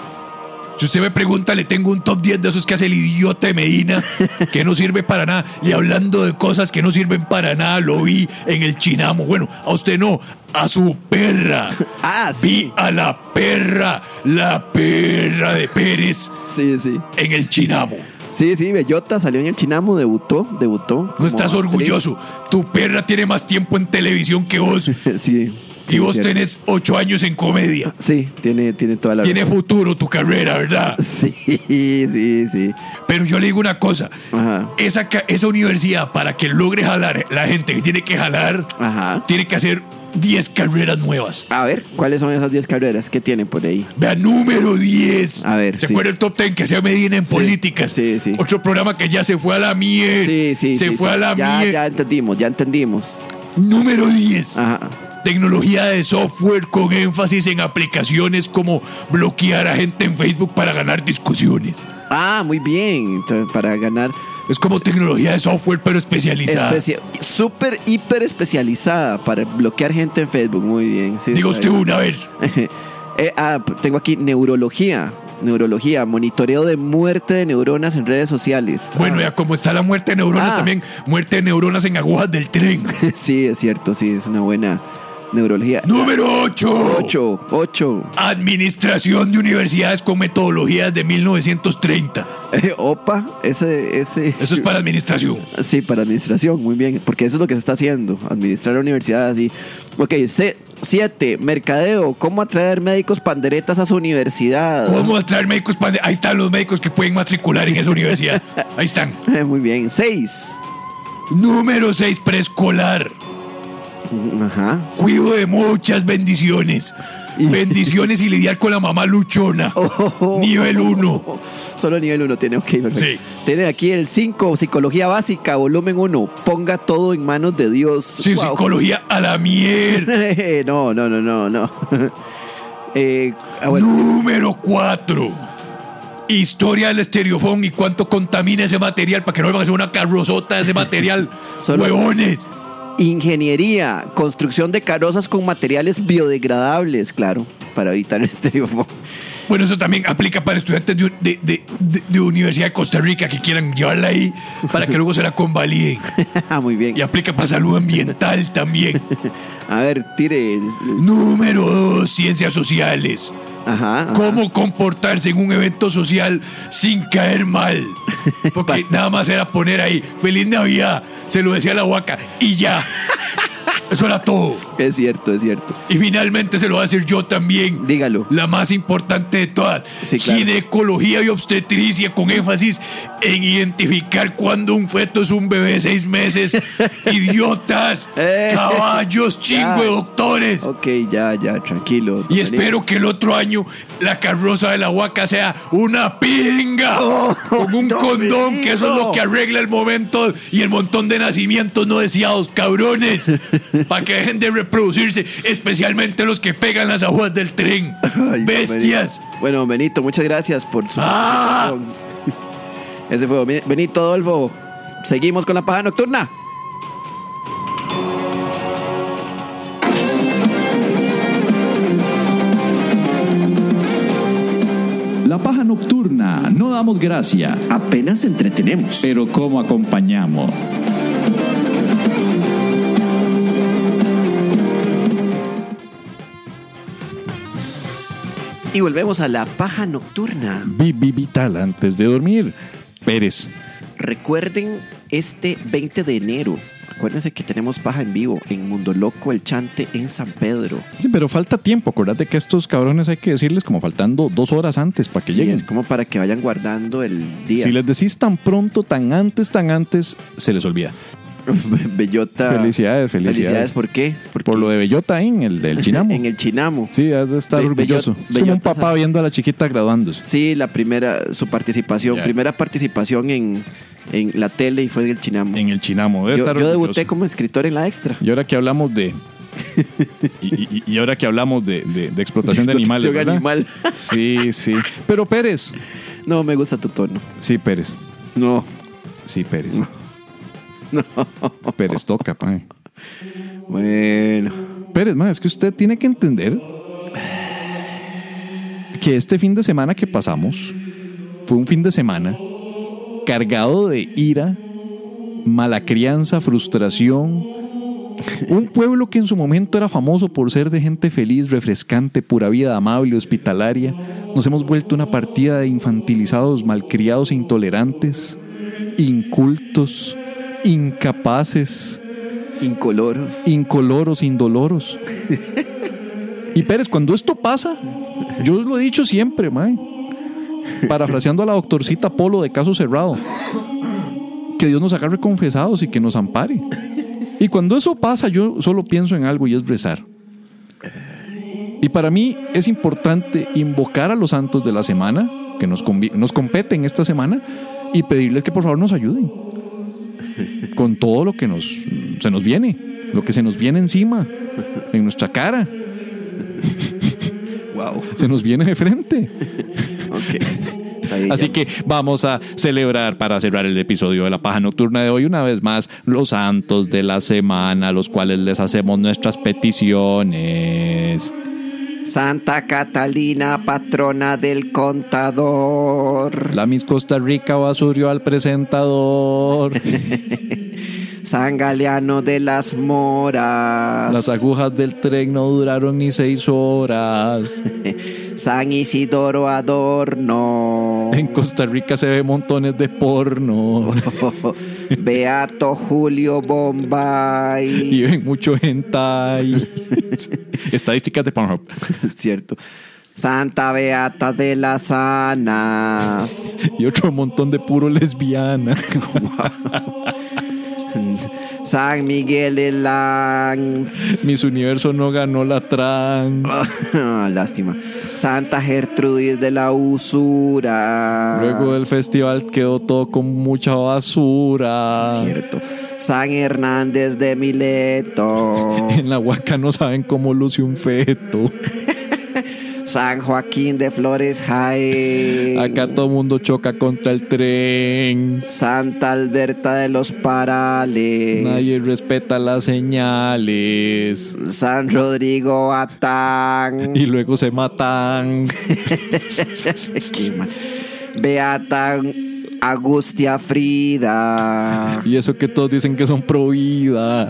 S4: Si usted me pregunta, le tengo un top 10 de esos que hace el idiota de Medina, que no sirve para nada. Y hablando de cosas que no sirven para nada, lo vi en el Chinamo. Bueno, a usted no, a su perra.
S2: Ah,
S4: Vi a la perra, la perra de Pérez
S2: Sí, sí.
S4: en el Chinamo.
S2: Sí, sí, Bellota salió en el Chinamo, debutó, debutó.
S4: No
S2: como
S4: estás
S2: actriz.
S4: orgulloso. Tu perra tiene más tiempo en televisión que vos.
S2: [laughs] sí.
S4: Y vos
S2: cierto.
S4: tenés 8 años en comedia.
S2: Sí, tiene, tiene toda la.
S4: Tiene futuro tu carrera, ¿verdad?
S2: [laughs] Sí, sí, sí.
S4: Pero yo le digo una cosa.
S2: Ajá.
S4: Esa, ca- esa universidad, para que logre jalar la gente que tiene que jalar,
S2: Ajá.
S4: tiene que hacer 10 carreras nuevas.
S2: A ver, ¿cuáles son esas 10 carreras que tienen por ahí?
S4: Vea, número 10.
S2: A ver,
S4: ¿Se
S2: sí.
S4: acuerda el top 10 que hacía Medina en
S2: Sí,
S4: políticas?
S2: sí, sí.
S4: Otro programa que ya se fue a la miel.
S2: Sí, sí,
S4: Se
S2: sí,
S4: fue
S2: sí.
S4: a la
S2: ya,
S4: miel.
S2: ya entendimos, ya entendimos.
S4: Número 10.
S2: Ajá.
S4: tecnología de software con énfasis en aplicaciones como bloquear a gente en Facebook para ganar discusiones.
S2: Ah, muy bien. Entonces, para ganar.
S4: Es como tecnología de software, pero especializada.
S2: especia- Súper, hiper especializada para bloquear gente en Facebook. Muy bien. sí,
S4: Diga
S2: está
S4: usted
S2: bien. [laughs]
S4: una vez.
S2: Eh, ah, p- tengo aquí neurología. Neurología, monitoreo de muerte de neuronas en redes sociales.
S4: Bueno,
S2: Ah,
S4: ya como está la muerte de neuronas
S2: Ah.
S4: también, muerte de neuronas en agujas del tren.
S2: [laughs] Sí, es cierto, sí, es una buena neurología.
S4: Número 8.
S2: 8, 8.
S4: Administración de universidades con metodologías de 1930.
S2: [laughs] Opa, ese, ese.
S4: Eso es para administración.
S2: Sí, para administración, muy bien, porque eso es lo que se está haciendo, administrar universidades y... Ok, 7, mercadeo, cómo atraer médicos panderetas a su universidad.
S4: ¿Cómo atraer médicos? pande- Ahí están los médicos que pueden matricular en esa universidad. Ahí están.
S2: Eh, Muy bien, 6.
S4: Número 6, preescolar.
S2: Ajá.
S4: Cuido de muchas bendiciones. Bendiciones y lidiar con la mamá luchona.
S2: Oh.
S4: Nivel 1.
S2: Solo nivel 1 tiene, ok, perfecto.
S4: Sí.
S2: Tiene aquí el 5, psicología básica, volumen 1, ponga todo en manos de Dios.
S4: Sí,
S2: Wow.
S4: psicología a la mierda.
S2: no, no, no, no, no. [laughs] eh, ah, [laughs] bueno.
S4: Número 4. Historia del estereofón y cuánto contamina ese material para que no vuelvan a hacer una carrozota
S2: [laughs]
S4: de ese material.
S2: Solo-
S4: Huevones.
S2: Ingeniería, construcción de carrozas con materiales biodegradables, claro, para evitar [laughs] el estereofón.
S4: Bueno, eso también aplica para estudiantes de, de- de- de- de Universidad de Costa Rica que quieran llevarla ahí para que luego se la convaliden.
S2: Ah, muy bien.
S4: Y aplica para salud
S2: [laughs]
S4: ambiental también.
S2: A ver, tire. el- el-
S4: Número 2, ciencias sociales.
S2: Ajá. ajá.
S4: Cómo comportarse en un evento social sin
S2: [laughs]
S4: caer mal. Porque nada más era poner ahí, feliz Navidad, se lo decía la huaca
S2: [laughs]
S4: y ya. Eso era todo.
S2: Es cierto, es cierto.
S4: Y finalmente se lo voy a decir yo también.
S2: Dígalo.
S4: La más importante de todas.
S2: Sí, claro.
S4: Ginecología y obstetricia con énfasis en identificar cuando un feto es un bebé de
S2: [laughs]
S4: seis meses. Idiotas,
S2: Eh.
S4: caballos, chingo de
S2: Ya.
S4: doctores.
S2: Ok, ya, ya, tranquilo.
S4: Y
S2: Domenico.
S4: espero que el otro año la carroza de la huaca sea una pinga. con
S2: [laughs]
S4: un
S2: no
S4: condón,
S2: me
S4: que eso es
S2: digo.
S4: lo que arregla el momento y el montón de nacimientos no deseados,
S2: [laughs]
S4: cabrones. para que dejen de reproducirse, especialmente los que pegan las aguas del tren.
S2: Ay,
S4: Bestias.
S2: Benito. Bueno, Benito, muchas gracias por su.
S4: Ah.
S2: Ese fue Domi- Benito Adolfo. Seguimos con la paja nocturna.
S1: La paja nocturna, no damos gracia,
S5: Apenas entretenemos.
S1: pero ¿cómo acompañamos?
S2: Y volvemos a la paja nocturna.
S1: Vivi vital antes de dormir. Pérez.
S2: Recuerden este 20 de enero. Acuérdense que tenemos paja en vivo en Mundo Loco El Chante en San Pedro.
S1: Sí, pero falta tiempo. Acuérdate que estos cabrones hay que decirles como faltando dos horas antes para que
S2: Sí,
S1: lleguen.
S2: es como para que vayan guardando el día.
S1: Si les decís tan pronto, tan antes, tan antes, se les olvida.
S2: [laughs] Bellota.
S1: Felicidades, felicidades.
S2: Ah, ¿por qué? Porque
S1: Por lo de Bellota ahí, en el
S2: [laughs]
S1: del Chinamo.
S2: en el Chinamo.
S1: Sí, has de estar
S2: Be-
S1: orgulloso.
S2: Bellota-
S1: es como un
S2: Bellota
S1: papá
S2: San-
S1: viendo a la chiquita graduándose.
S2: Sí, la primera, su participación,
S1: Ya.
S2: primera participación en, en la tele y fue en el Chinamo.
S1: En el Chinamo. Debe
S2: yo,
S1: estar
S2: yo
S1: orgulloso.
S2: debuté como escritor en la extra.
S1: Y ahora que hablamos
S2: [laughs]
S1: de. Y, y- y ahora que hablamos de, de- de explotación de animales.
S2: Explotación
S1: ¿verdad?
S2: animal.
S1: Sí, sí. Pero Pérez.
S2: No, me gusta tu tono.
S1: Sí, Pérez.
S2: No.
S1: Sí,
S2: [laughs]
S1: Pérez. Pérez toca, pa.
S2: Bueno.
S1: Pérez, ma, es que usted tiene que entender que este fin de semana que pasamos fue un fin de semana cargado de ira, mala crianza, frustración. Un pueblo que en su momento era famoso por ser de gente feliz, refrescante, pura vida, amable, hospitalaria, nos hemos vuelto una partida de infantilizados, malcriados e intolerantes, incultos, incapaces,
S2: Incoloros.
S1: incoloros, indoloros. y Pérez, cuando esto pasa, yo os lo he dicho siempre, mae. Parafraseando a la doctorcita Polo de caso cerrado. Que Dios nos agarre confesados y que nos ampare. Y cuando eso pasa, yo solo pienso en algo y es rezar. Y para mí es importante invocar a los santos de la semana, que nos, convi- nos competen esta semana, y pedirles que por favor nos ayuden con todo lo que nos, se nos viene, lo que se nos viene encima. en nuestra cara.
S2: Wow.
S1: Se nos viene de frente.
S2: Ok. Está bien,
S1: Así
S2: ya.
S1: que vamos a celebrar para cerrar el episodio de la paja nocturna de hoy una vez más los santos de la semana, los cuales les hacemos nuestras peticiones.
S2: Santa Catalina, patrona del contador.
S1: La Miss Costa Rica basurió al presentador.
S2: San Galeano de las Moras.
S1: Las agujas del tren no duraron ni seis horas.
S2: San Isidoro Adorno.
S1: En Costa Rica se ve montones de porno.
S2: [laughs] Beato Julio
S1: [laughs]
S2: Bombay.
S1: Y ven mucho hentai. [laughs] Estadísticas de Pornhub.
S2: Cierto. Santa Beata de
S1: [laughs]
S2: las Anas.
S1: Y otro montón de puro lesbiana.
S2: San Miguel de Lanz.
S1: Miss Universo no ganó la trans.
S2: Ah, [laughs] Lástima. Santa Gertrudis de la Usura.
S1: Luego del festival quedó todo con mucha basura.
S2: Cierto. San Hernández de
S1: [laughs]
S2: Mileto.
S1: En la huaca no saben cómo luce un feto.
S2: San Joaquín de Flores Jaén.
S1: Acá todo mundo choca contra el tren.
S2: Santa Alberta de los Parales.
S1: Nadie respeta las señales.
S2: San Rodrigo
S1: [laughs]
S2: Batán.
S1: Y luego se matan.
S2: [laughs] Qué mal. Beata Agustia Frida.
S1: Y eso que todos dicen que son pro vida.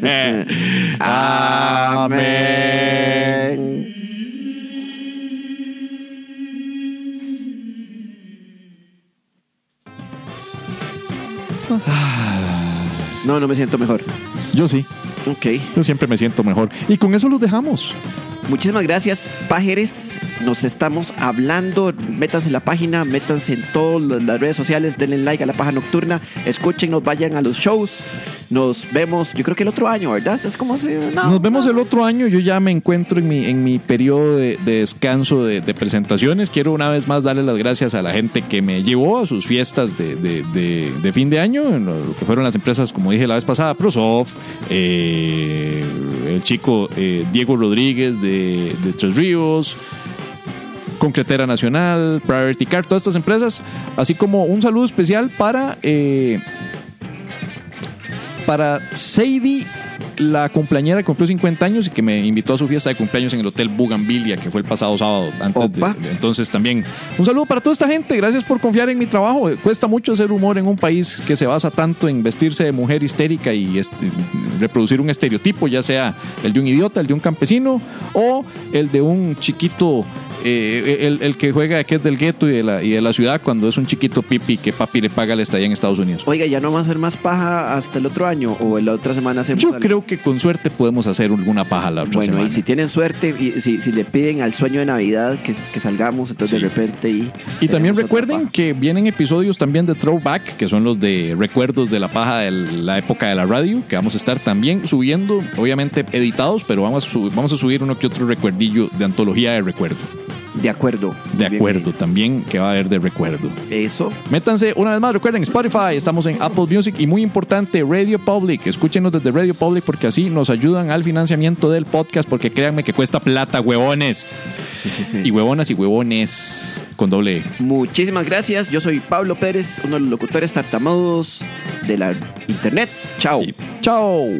S1: Amén.
S2: Amén. No, no me siento mejor.
S1: Yo sí,
S2: Ok.
S1: yo siempre me siento mejor. Y con eso los dejamos.
S2: Muchísimas gracias, Pájeres. Nos estamos hablando. Métanse en la página, métanse en todas las redes sociales, denle like a la paja nocturna, escúchenos, vayan a los shows. Nos vemos, yo creo que el otro año, ¿verdad? Es como si. no,
S1: Nos vemos
S2: no.
S1: el otro año. Yo ya me encuentro en mi, en mi periodo de, de descanso de, de presentaciones. Quiero una vez más darle las gracias a la gente que me llevó a sus fiestas de, de- de- de fin de año, en lo que fueron las empresas, como dije la vez pasada, Prosoft, eh, el chico eh, Diego Rodríguez de, de Tres Ríos. Concretera Nacional, Priority Car, todas estas empresas, así como un saludo especial para eh, para Sadie, la cumpleañera que cumplió 50 años y que me invitó a su fiesta de cumpleaños en el Hotel Bugambilia, que fue el pasado sábado. Antes de-
S2: Opa.
S1: de- entonces también un saludo para toda esta gente. Gracias por confiar en mi trabajo. Eh, Cuesta mucho hacer humor en un país que se basa tanto en vestirse de mujer histérica y este, reproducir un estereotipo, ya sea el de un idiota, el de un campesino o el de un chiquito. eh, el, el que juega que es del gueto y de, la, y de la ciudad cuando es un chiquito pipi que papi le paga la estadía en Estados Unidos.
S2: Oiga, ¿ya no va a hacer más paja hasta el otro año o la otra semana hacemos
S1: Yo
S2: algo?
S1: creo que con suerte podemos hacer alguna paja la otra
S2: pues Bueno,
S1: semana.
S2: y si tienen suerte, y si, si le piden al sueño de Navidad que, que salgamos, entonces
S1: Sí.
S2: de repente. Y,
S1: Y también
S2: tenemos otra
S1: recuerden
S2: paja.
S1: que vienen episodios también de Throwback, que son los de recuerdos de la paja de la época de la radio, que vamos a estar también subiendo, obviamente editados, pero vamos a, sub- vamos a subir uno que otro recuerdillo de antología de recuerdo.
S2: De acuerdo.
S1: De
S2: Muy bien,
S1: acuerdo, también que va a haber de recuerdo.
S2: bien. Eso.
S1: Métanse una vez más, recuerden Spotify, estamos en Apple Music y muy importante Radio Public. Escúchenos desde Radio Public porque así nos ayudan al financiamiento del podcast porque créanme que cuesta plata,
S2: [laughs]
S1: huevones. Y huevonas y huevones con doble E.
S2: Muchísimas gracias. Yo soy Pablo Pérez, uno de los locutores tartamudos de la internet. Chao.
S1: E. Chao.